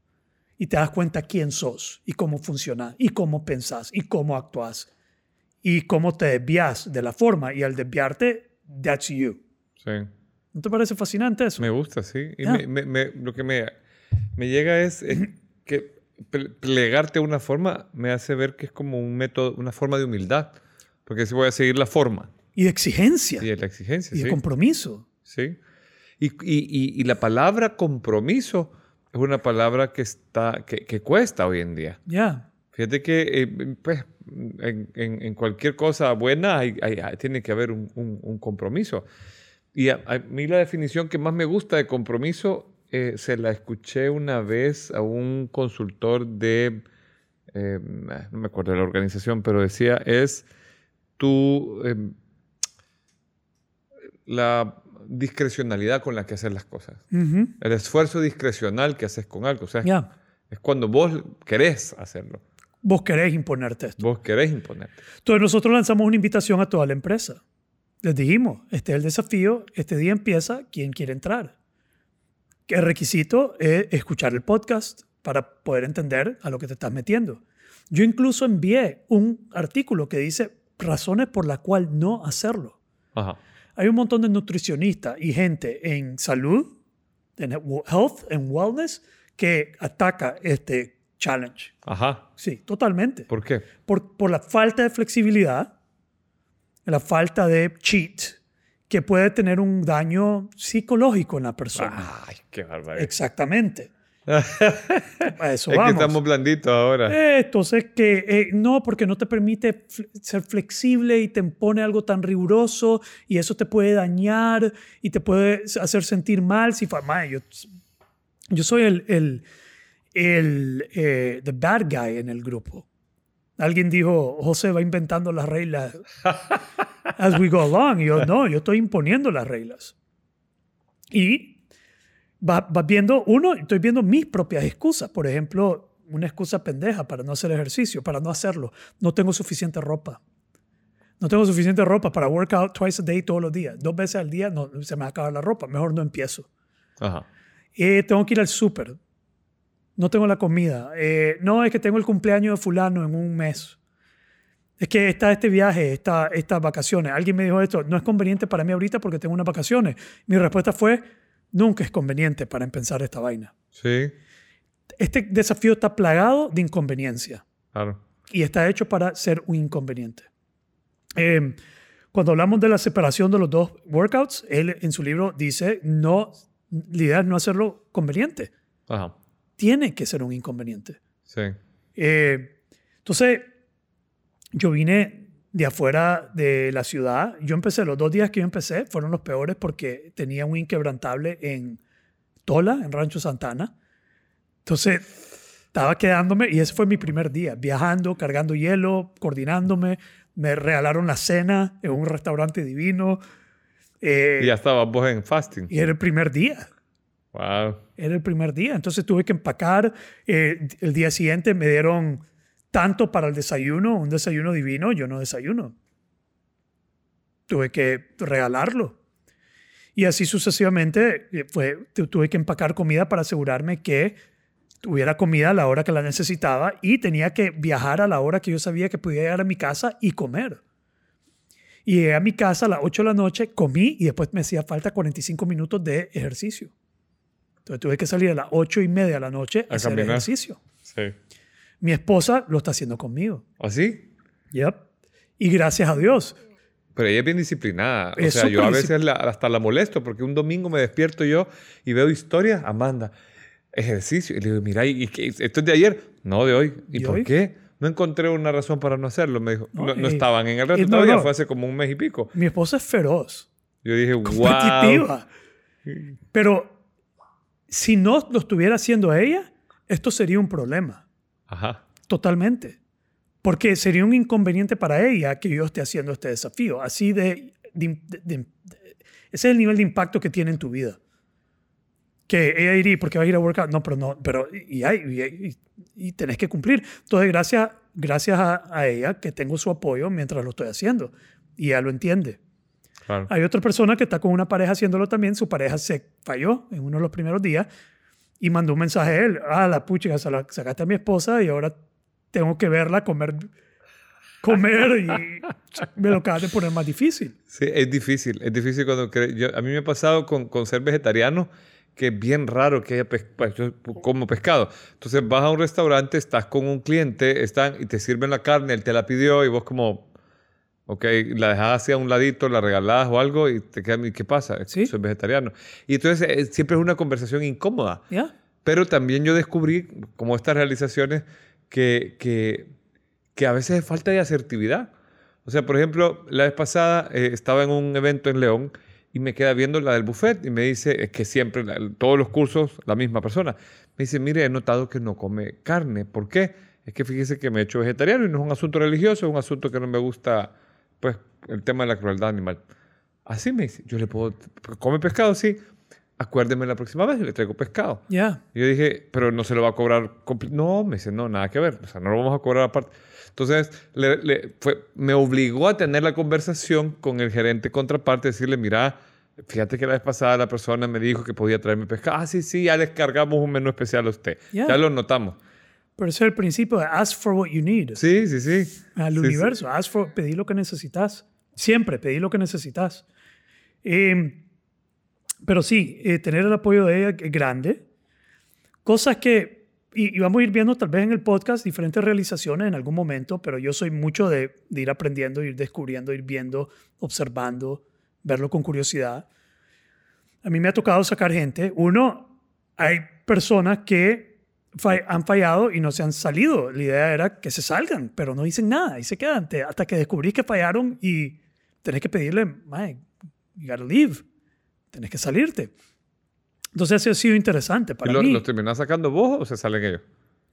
S1: Y te das cuenta quién sos y cómo funcionás y cómo pensás y cómo actuás y cómo te desvías de la forma. Y al desviarte, that's you.
S2: Sí.
S1: ¿No te parece fascinante eso?
S2: Me gusta, sí. Y
S1: Ya.
S2: me- me- me- lo que me, me llega es, es que ple- plegarte a una forma me hace ver que es como un método, una forma de humildad. Porque si voy a seguir la forma
S1: Y de exigencia
S2: y de la exigencia,
S1: y de
S2: sí.
S1: compromiso.
S2: sí. Y, y- y- y la palabra compromiso es una palabra que, está, que, que cuesta hoy en día.
S1: Ya.
S2: Fíjate que eh, pues, en, en- en cualquier cosa buena hay- hay- hay- tiene que haber un, un- un compromiso. Y a, a mí la definición que más me gusta de compromiso eh, se la escuché una vez a un consultor de, eh, no me acuerdo de la organización, pero decía, es tu, eh, la discrecionalidad con la que haces las cosas.
S1: Ujú.
S2: El esfuerzo discrecional que haces con algo. O sea,
S1: Ya.
S2: es- es cuando vos querés hacerlo.
S1: Vos querés imponerte esto.
S2: Vos querés imponerte.
S1: Entonces nosotros lanzamos una invitación a toda la empresa. Les dijimos, este es el desafío, este día empieza, ¿quién quiere entrar? El requisito es escuchar el podcast para poder entender a lo que te estás metiendo. Yo incluso envié un artículo que dice razones por las cuales no hacerlo.
S2: Ajá.
S1: Hay un montón de nutricionistas y gente en salud, en health, en wellness, que ataca este challenge.
S2: Ajá.
S1: Sí, totalmente
S2: ¿Por qué?
S1: por, por la falta de flexibilidad, la falta de cheat, que puede tener un daño psicológico en la persona.
S2: Ay, qué barbaridad. [LAUGHS]
S1: Exactamente. A eso
S2: es que
S1: vamos.
S2: estamos blanditos ahora.
S1: Eh, Entonces, que eh, no, porque no te permite fl- ser flexible y te impone algo tan riguroso y eso te puede dañar y te puede hacer sentir mal. Si, fa- mae, yo, yo soy el, el, el eh, the bad guy en el grupo. Alguien dijo, José va inventando las reglas as we go along. Y yo, no, yo estoy imponiendo las reglas. Y vas va viendo, uno, estoy viendo mis propias excusas. Por ejemplo, una excusa pendeja para no hacer ejercicio, para no hacerlo. No tengo suficiente ropa. No tengo suficiente ropa para work out twice a day todos los días. Dos veces al día no, se me va a acabar la ropa. Mejor no empiezo.
S2: Ajá.
S1: Eh, tengo que ir al súper. No tengo la comida. Eh, no, es que tengo el cumpleaños de fulano en un mes. Es que está este viaje, está, estas vacaciones. Alguien me dijo esto, no es conveniente para mí ahorita porque tengo unas vacaciones. Mi respuesta fue, nunca es conveniente para empezar esta vaina.
S2: Sí,
S1: Este desafío está plagado de inconveniencia
S2: claro.
S1: y está hecho para ser un inconveniente. Eh, cuando hablamos de la separación de los dos workouts, él en su libro dice, no, la idea es no hacerlo conveniente
S2: Ajá.
S1: tiene que ser un inconveniente.
S2: Sí.
S1: Eh, entonces, yo vine de afuera de la ciudad. Yo empecé, los dos días que yo empecé fueron los peores porque tenía un inquebrantable en Tola, en Rancho Santana. Entonces, estaba quedándome y ese fue mi primer día, viajando, cargando hielo, coordinándome. Me regalaron la cena en un restaurante divino. Eh,
S2: Y ya estabas vos en fasting.
S1: y era el primer día.
S2: Wow.
S1: Era el primer día, entonces tuve que empacar. Eh, el día siguiente me dieron tanto para el desayuno, un desayuno divino, yo no desayuno. Tuve que regalarlo. Y así sucesivamente eh, fue, tu- tuve que empacar comida para asegurarme que tuviera comida a la hora que la necesitaba y tenía que viajar a la hora que yo sabía que podía llegar a mi casa y comer. Y llegué a mi casa a las 8 de la noche, comí y después me hacía falta 45 minutos de ejercicio. Entonces tuve que salir a las 8 y media de la noche a,
S2: A
S1: hacer
S2: caminar.
S1: ejercicio.
S2: Sí. ¿Ah,
S1: Mi esposa lo está haciendo conmigo.
S2: ¿Así?
S1: Yep. Y gracias a Dios.
S2: Pero ella es bien disciplinada. O
S1: Es
S2: sea, yo a
S1: superdiscipl-
S2: veces la- hasta la molesto porque un domingo me despierto yo y veo historias. Amanda, ejercicio. Y le digo, mira, ¿y, y qué? esto es de ayer? No, de hoy. ¿Y,
S1: ¿Y
S2: por
S1: hoy?
S2: qué? No encontré una razón para no hacerlo. Me dijo, no,
S1: No,
S2: no
S1: eh,
S2: estaban en el reto
S1: eh, no,
S2: todavía.
S1: no.
S2: Fue hace como un mes y pico.
S1: Mi esposa es feroz,
S2: Yo dije, wow.
S1: competitiva. Pero si no lo estuviera haciendo ella, esto sería un problema.
S2: Ajá.
S1: Totalmente. Porque sería un inconveniente para ella que yo esté haciendo este desafío. Así de, de- de- de- Ese es el nivel de impacto que tiene en tu vida. Que ella diría, ¿por qué vas a ir a workout? No, pero no, pero y, hay- y, y- y tenés que cumplir. Entonces, gracias, gracias a, a ella que tengo su apoyo mientras lo estoy haciendo. Y ella lo entiende.
S2: Claro.
S1: Hay otra persona que está con una pareja haciéndolo también. Su pareja se falló en uno de los primeros días y mandó un mensaje a él. Ah, la pucha, se la sacaste a mi esposa y ahora tengo que verla comer, comer y me lo acabas de poner más difícil.
S2: Sí, es difícil. Es difícil cuando... cre- yo- a mí me ha pasado con, con ser vegetariano que es bien raro que haya pes- pues, yo como pescado. Entonces vas a un restaurante, estás con un cliente, están y te sirven la carne, él te la pidió y vos como... Ok, la dejás hacia un ladito, la regalás o algo y te quedas, ¿y ¿qué pasa? Es que
S1: Sí.
S2: Soy vegetariano. Y entonces eh, siempre es una conversación incómoda.
S1: ¿Ya?
S2: Pero también yo descubrí, como estas realizaciones, que, que, que a veces es falta de asertividad. O sea, por ejemplo, la vez pasada eh, estaba en un evento en León y me queda viendo la del buffet y me dice, es que siempre, la- todos los cursos, la misma persona. Me dice, mire, he notado que no come carne. ¿Por qué? Es que fíjese que me he hecho vegetariano y no es un asunto religioso, es un asunto que no me gusta, pues, el tema de la crueldad animal. Así me dice, yo le puedo, come pescado, sí. Acuérdeme la próxima vez, yo le traigo pescado.
S1: Ya.
S2: Y Yo dije, pero no se lo va a cobrar. compl- No, me dice, no, nada que ver. O sea, no lo vamos a cobrar aparte. Entonces, le- le- fue, me obligó a tener la conversación con el gerente contraparte, decirle, mira, fíjate que la vez pasada la persona me dijo que podía traerme pescado. Ah, sí, sí, ya les cargamos un menú especial a usted.
S1: Ya.
S2: Ya lo notamos.
S1: Pero ese es el principio de ask for what you need.
S2: Sí, sí, sí.
S1: al
S2: Sí, sí.
S1: universo. Haz for- pedí lo que necesitas. Siempre pedí lo que necesitas. Eh, pero sí, eh, tener el apoyo de ella es grande. Cosas que, y, y vamos a ir viendo tal vez en el podcast diferentes realizaciones en algún momento, pero yo soy mucho de, de ir aprendiendo, ir descubriendo, ir viendo, observando, verlo con curiosidad. A mí me ha tocado sacar gente. Uno, hay personas que fa- han fallado y no se han salido. La idea era que se salgan, pero no dicen nada y se quedan te- hasta que descubrís que fallaron y tenés que pedirle, Mike, you gotta leave. Tenés que salirte. Entonces, eso ha sido interesante
S2: ¿Y
S1: para
S2: lo-
S1: mí.
S2: ¿Los terminás sacando vos o se salen ellos?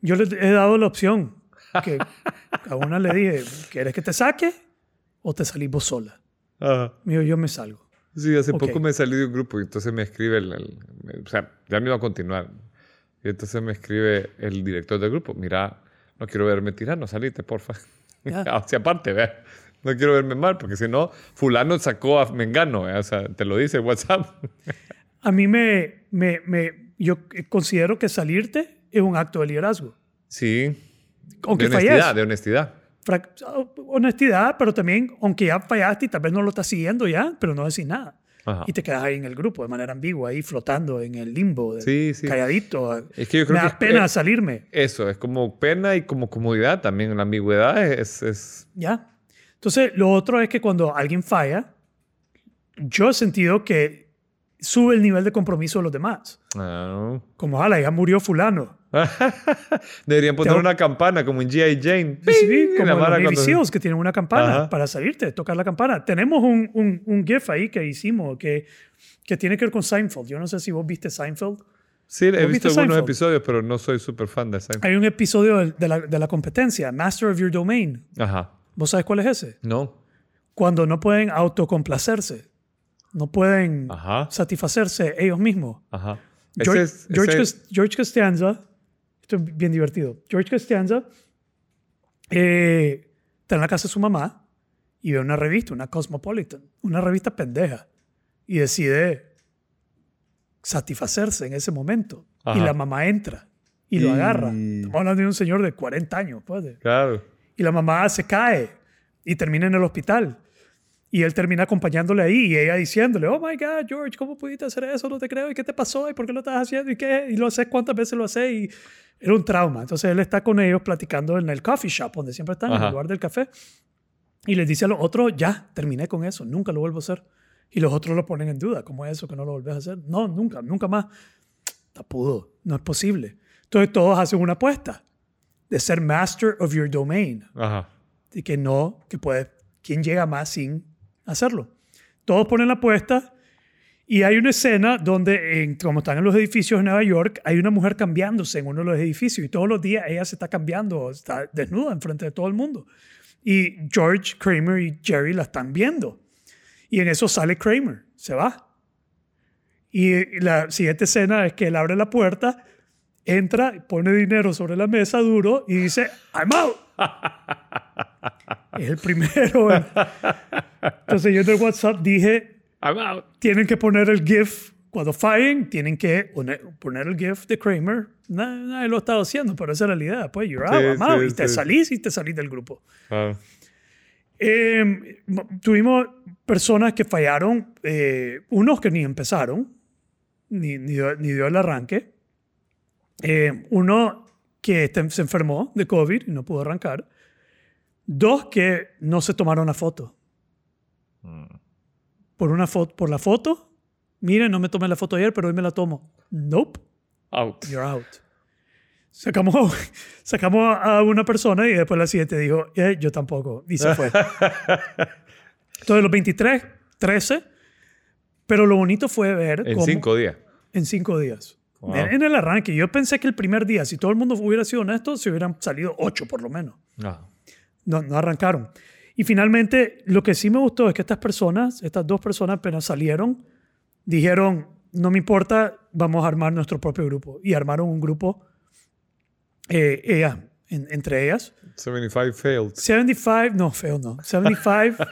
S1: Yo les he dado la opción que a una le dije, ¿quieres que te saque o te salís vos sola?
S2: Ajá.
S1: Me dijo, yo me salgo.
S2: Sí, hace
S1: Ok.
S2: poco me salí de un grupo y entonces me escribe el, el- el- o sea, ya me iba a continuar. Y entonces me escribe el director del grupo, mira, no quiero verme tirano, salite, porfa. [LAUGHS]
S1: Ya.
S2: Hacia aparte, vea. No quiero verme mal, porque si no, fulano sacó a Mengano, vea, o sea, te lo dice WhatsApp. [LAUGHS]
S1: A mí me, me, me, yo considero que salirte es un acto de liderazgo.
S2: Sí,
S1: Aunque
S2: de honestidad,
S1: falles.
S2: de honestidad.
S1: Fra- Honestidad, pero también, aunque ya fallaste y tal vez no lo estás siguiendo ya, pero no decís nada.
S2: Ajá.
S1: Y te quedas ahí en el grupo de manera ambigua, ahí flotando en el limbo, de-
S2: Sí, sí.
S1: calladito.
S2: Es que yo creo
S1: me
S2: que eh,
S1: da pena
S2: es-
S1: salirme.
S2: Eso, es como pena y como comodidad también. La ambigüedad es, es-
S1: ¿Ya? Entonces, lo otro es que cuando alguien falla, yo he sentido que sube el nivel de compromiso de los demás.
S2: ah.
S1: Como, ala, ya murió fulano.
S2: [LAUGHS] Deberían poner
S1: Tengo-
S2: una campana como en G.I. Jane.
S1: Sí, sí,
S2: ¡Ping! Y
S1: como
S2: la
S1: los
S2: mara
S1: Navy
S2: cuando-
S1: Seals que tienen una campana
S2: Ajá.
S1: para salirte, tocar la campana. Tenemos un, un, un GIF ahí que hicimos que, que tiene que ver con Seinfeld. Yo no sé si vos viste Seinfeld.
S2: Sí, he
S1: viste
S2: visto algunos
S1: Seinfeld?
S2: episodios, pero no soy súper fan de Seinfeld.
S1: Hay un episodio del- de la, de la competencia, Master of Your Domain.
S2: Ajá.
S1: ¿Vos sabés cuál es ese?
S2: No.
S1: Cuando no pueden autocomplacerse, no pueden
S2: Ajá.
S1: satisfacerse ellos mismos.
S2: Ajá.
S1: George,
S2: Ese es-
S1: George
S2: ese-
S1: Cos- George Costanza, esto es bien divertido. George Costanza eh, está en la casa de su mamá y ve una revista, una Cosmopolitan, una revista pendeja, y decide satisfacerse en ese momento.
S2: Ajá.
S1: Y la mamá entra y lo
S2: Y-
S1: agarra. Estamos hablando de un señor de 40 años, pues, de-
S2: Claro.
S1: y la mamá se cae y termina en el hospital. Y él termina acompañándole ahí y ella diciéndole, oh my God, George, ¿cómo pudiste hacer eso? No te creo. ¿Y qué te pasó? ¿Y por qué lo estás haciendo? ¿Y qué? ¿Y lo haces? ¿Cuántas veces lo haces? Y era un trauma. Entonces él está con ellos platicando en el coffee shop, donde siempre están, en
S2: Ajá.
S1: el lugar del café. Y les dice a los otros, ya, terminé con eso, nunca lo vuelvo a hacer. Y los otros lo ponen en duda, ¿cómo es eso que no lo volvés a hacer? No, nunca, nunca más. No pudo, no es posible. Entonces todos hacen una apuesta de ser master of your domain
S2: Ajá.
S1: y que no, que puede, ¿quién llega más sin hacerlo? Todos ponen la apuesta y hay una escena donde, en- como están en los edificios de Nueva York, hay una mujer cambiándose en uno de los edificios y todos los días ella se está cambiando, está desnuda enfrente de todo el mundo. Y George, Kramer y Jerry la están viendo. Y en eso sale Kramer, se va. Y la siguiente escena es que él abre la puerta, entra, pone dinero sobre la mesa duro y dice, I'm out. Es el primero. güey. Entonces yo en el WhatsApp dije,
S2: I'm out.
S1: tienen que poner el GIF cuando fallen, tienen que poner, poner el GIF de Kramer. Na- Nadie lo ha estado haciendo, pero esa es la idea. Pues you're out, I'm
S2: Sí,
S1: out.
S2: sí,
S1: y te
S2: sí.
S1: salís y te salís del grupo.
S2: Ah,
S1: Eh, tuvimos personas que fallaron, eh, unos que ni empezaron, ni, ni, dio, ni dio el arranque. Eh, uno que este- se enfermó de COVID y no pudo arrancar. Dos que no se tomaron la foto. Por, una foto por la foto, miren, no me tomé la foto ayer, pero hoy me la tomo. Nope.
S2: out.
S1: You're out. [LAUGHS] Sacamos, sacamos a una persona y después la siguiente dijo, "Eh, yo tampoco. Y [LAUGHS] se fue. Entonces, los 23, 13. Pero lo bonito fue ver
S2: En
S1: cómo-
S2: cinco días.
S1: en cinco días.
S2: Wow.
S1: En, en el arranque. Yo pensé que el primer día, si todo el mundo hubiera sido honesto, se hubieran salido ocho por lo menos.
S2: Ah,
S1: No, no arrancaron. Y finalmente, lo que sí me gustó es que estas personas, estas dos personas apenas salieron, dijeron, no me importa, vamos a armar nuestro propio grupo. Y armaron un grupo, eh, ellas, en- entre ellas.
S2: 75 failed.
S1: 75, no, feo no. 75,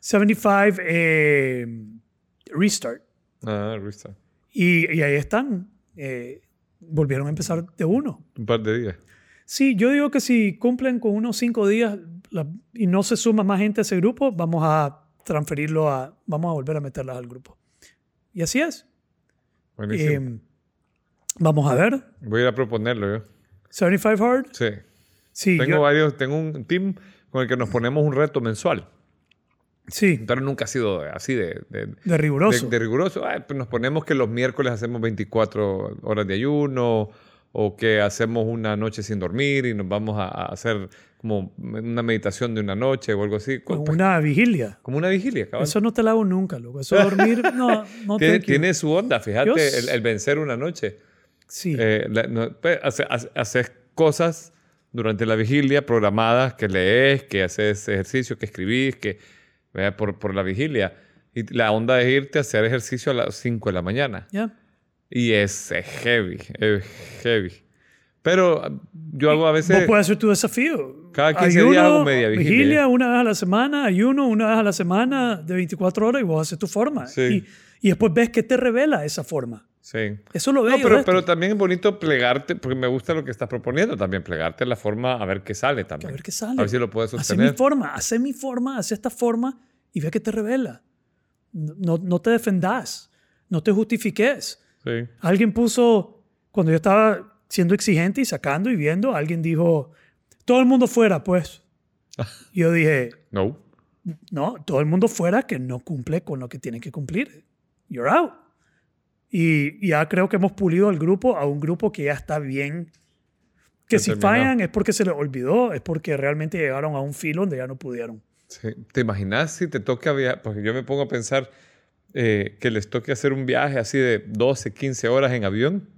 S1: 75 eh, Restart.
S2: Ah, restart.
S1: Y, y ahí están. eh, volvieron a empezar de uno.
S2: Un par de días.
S1: Sí, yo digo que si cumplen con unos cinco días la- y no se suma más gente a ese grupo, vamos a transferirlo a, vamos a volver a meterlas al grupo. Y así es.
S2: Buenísimo.
S1: Eh, vamos a ver.
S2: Voy a ir a proponerlo yo.
S1: 75 Hard.
S2: Sí.
S1: Sí,
S2: Tengo
S1: yo-
S2: varios, tengo un team con el que nos ponemos un reto mensual.
S1: sí,
S2: Pero nunca ha sido así de, de-
S1: de riguroso.
S2: de- de riguroso. Ay, pues nos ponemos que los miércoles hacemos 24 horas de ayuno o que hacemos una noche sin dormir y nos vamos a, a hacer como una meditación de una noche o algo así. Co-
S1: con
S2: pues,
S1: una vigilia.
S2: como una vigilia, cabrón.
S1: Eso no te lo hago nunca, loco. Eso de dormir, no, no
S2: [LAUGHS] tiene,
S1: thank you.
S2: tiene su onda,
S1: Yo
S2: fíjate,
S1: s-
S2: el, el vencer una noche.
S1: Sí,
S2: Eh, la- no, pues, hace- hace- haces cosas durante la vigilia programadas que lees, que haces ejercicio, que escribís, que ¿verdad? por, por la vigilia. Y la onda es irte a hacer ejercicio a las 5 de la mañana.
S1: ya.
S2: Y es, eh, heavy, es heavy. Pero ah, yo hago a
S1: Vos
S2: veces...
S1: puedes hacer tu desafío.
S2: Cada 15 días hago media vigilia.
S1: una vez a la semana, ayuno una vez a la semana de 24 horas y vos haces tu forma.
S2: Sí.
S1: Y, y después ves que te revela esa forma.
S2: Sí.
S1: Eso es lo
S2: No,
S1: veo.
S2: pero, pero también es bonito plegarte, porque me gusta lo que estás proponiendo también, plegarte la forma a ver qué sale
S1: a
S2: también.
S1: ver qué sale.
S2: A ver si lo puedes
S1: Hace mi
S2: sostener.
S1: forma, hace mi forma, hace esta forma y ve que te revela. No, no- no te defendás, no te justifiques.
S2: Sí.
S1: Alguien puso, cuando yo estaba siendo exigente y sacando y viendo, alguien dijo, todo el mundo fuera,
S2: [LAUGHS]
S1: pues. Y Yo dije,
S2: No.
S1: no, todo el mundo fuera que no cumple con lo que tiene que cumplir. You're out. Y ya creo que hemos pulido al grupo a un grupo que ya está bien. Que si
S2: Determinado.
S1: fallan es porque se les olvidó, es porque realmente llegaron a un filo donde ya no pudieron.
S2: Sí. ¿Te imaginas si te toca viajar? Porque yo me pongo a pensar eh, que les toque hacer un viaje así de 12, 15 horas en avión.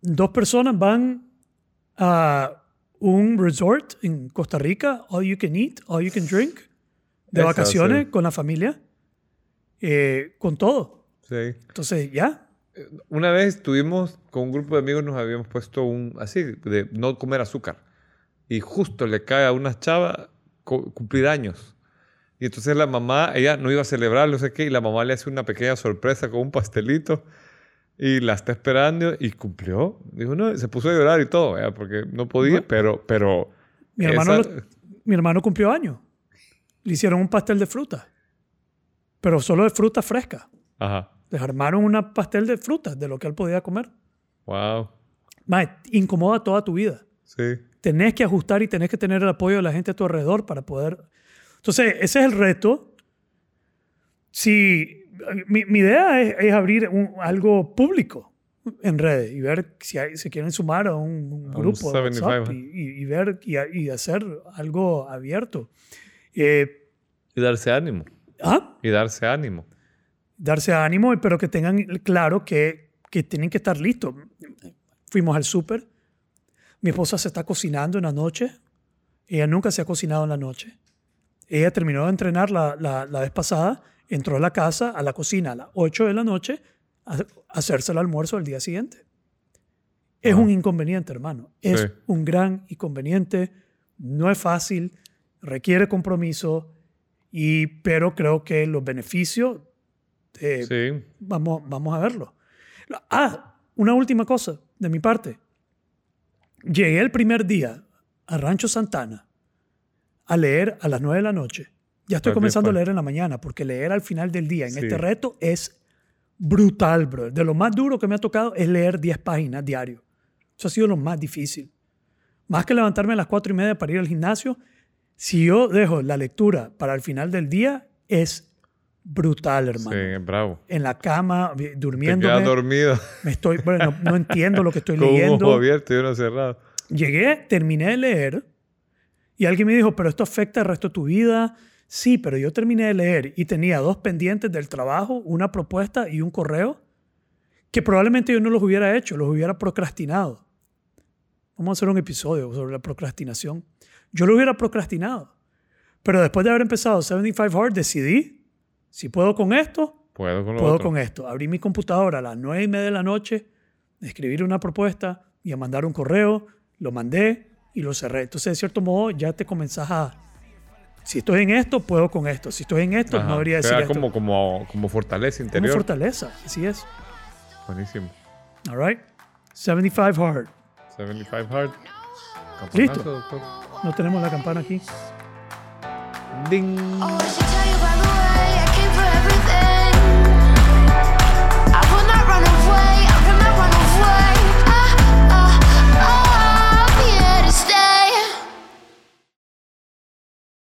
S1: Dos personas van a un resort en Costa Rica, all you can eat, all you can drink, de
S2: Eso,
S1: vacaciones
S2: sí.
S1: con la familia, eh, con todo.
S2: Sí.
S1: Entonces ya,
S2: Una vez tuvimos, con un grupo de amigos nos habíamos puesto un, así, de no comer azúcar. Y justo le cae a una chava cu- cumplir años. Y entonces la mamá, ella no iba a celebrar, no sé qué, y la mamá le hace una pequeña sorpresa con un pastelito. Y la está esperando y cumplió. Dijo, no, se puso a llorar y todo, ¿verdad? porque no podía,
S1: Bueno.
S2: pero, pero
S1: mi hermano,
S2: Esa-
S1: lo- mi hermano cumplió año. le hicieron un pastel de fruta, pero solo de fruta fresca.
S2: Ajá.
S1: Les armaron un pastel de fruta de lo que él podía comer.
S2: Wow.
S1: Mae, incomoda toda tu vida.
S2: Sí.
S1: Tenés que ajustar y tenés que tener el apoyo de la gente a tu alrededor para poder. Entonces, ese es el reto. Si mi, mi idea es, es abrir un- algo público en redes y ver si hay- se quieren sumar a un, un
S2: A un
S1: grupo de WhatsApp
S2: 75,
S1: y, y- y ver y, a- y hacer algo abierto. Eh,
S2: Y darse ánimo.
S1: ah,
S2: Y darse ánimo.
S1: darse ánimo, pero que tengan claro que, que tienen que estar listos. Fuimos al súper, mi esposa se está cocinando en la noche, ella nunca se ha cocinado en la noche. Ella terminó de entrenar la, la- la vez pasada, entró a la casa, a la cocina a las 8 de la noche, a a hacerse el almuerzo al día siguiente. Es
S2: Ajá.
S1: un inconveniente, hermano. Es
S2: Sí.
S1: un gran inconveniente, no es fácil, requiere compromiso, y, pero creo que los beneficios eh,
S2: Sí.
S1: vamos, vamos a verlo. Ah, una última cosa de mi parte. Llegué el primer día a Rancho Santana a leer a las 9 de la noche. Ya estoy
S2: También
S1: comenzando a
S2: fue.
S1: leer en la mañana, porque leer al final del día en
S2: Pues Sí.
S1: este reto es brutal, bro. De lo más duro que me ha tocado es leer 10 páginas diario. Eso ha sido lo más difícil. Más que levantarme a las 4 y media para ir al gimnasio, si yo dejo la lectura para el final del día, es brutal, hermano
S2: Sí, bravo.
S1: en la cama, vi-
S2: Te quedas
S1: durmiéndome.
S2: dormido
S1: Me estoy, bueno, no, no entiendo lo que
S2: [LAUGHS]
S1: estoy
S2: con un ojo
S1: leyendo.
S2: abierto y uno cerrado.
S1: Llegué, terminé de leer y alguien me dijo, pero esto afecta el resto de tu vida. Sí, pero yo terminé de leer y tenía dos pendientes del trabajo, una propuesta y un correo, que probablemente yo no los hubiera hecho, los hubiera procrastinado. Vamos a hacer un episodio sobre la procrastinación. Yo lo hubiera procrastinado. Pero después de haber empezado 75 Hard, decidí, si puedo con esto,
S2: Puedo con lo
S1: puedo
S2: otro.
S1: con esto. Abrí mi computadora a las nueve y media de la noche, escribir una propuesta y a mandar un correo, lo mandé y lo cerré. Entonces, de cierto modo, ya te comenzás a... Si estoy en esto, puedo con esto. Si estoy en esto,
S2: Ajá.
S1: no debería
S2: Te
S1: decir
S2: da
S1: esto.
S2: como, como, como fortaleza
S1: Como
S2: interior.
S1: fortaleza, así es.
S2: Buenísimo.
S1: All right. 75 hard.
S2: 75 hard.
S1: Listo.
S2: Campanazo, doctor.
S1: No tenemos la campana aquí.
S2: Ding.
S3: Oh, I should tell you about the Ah,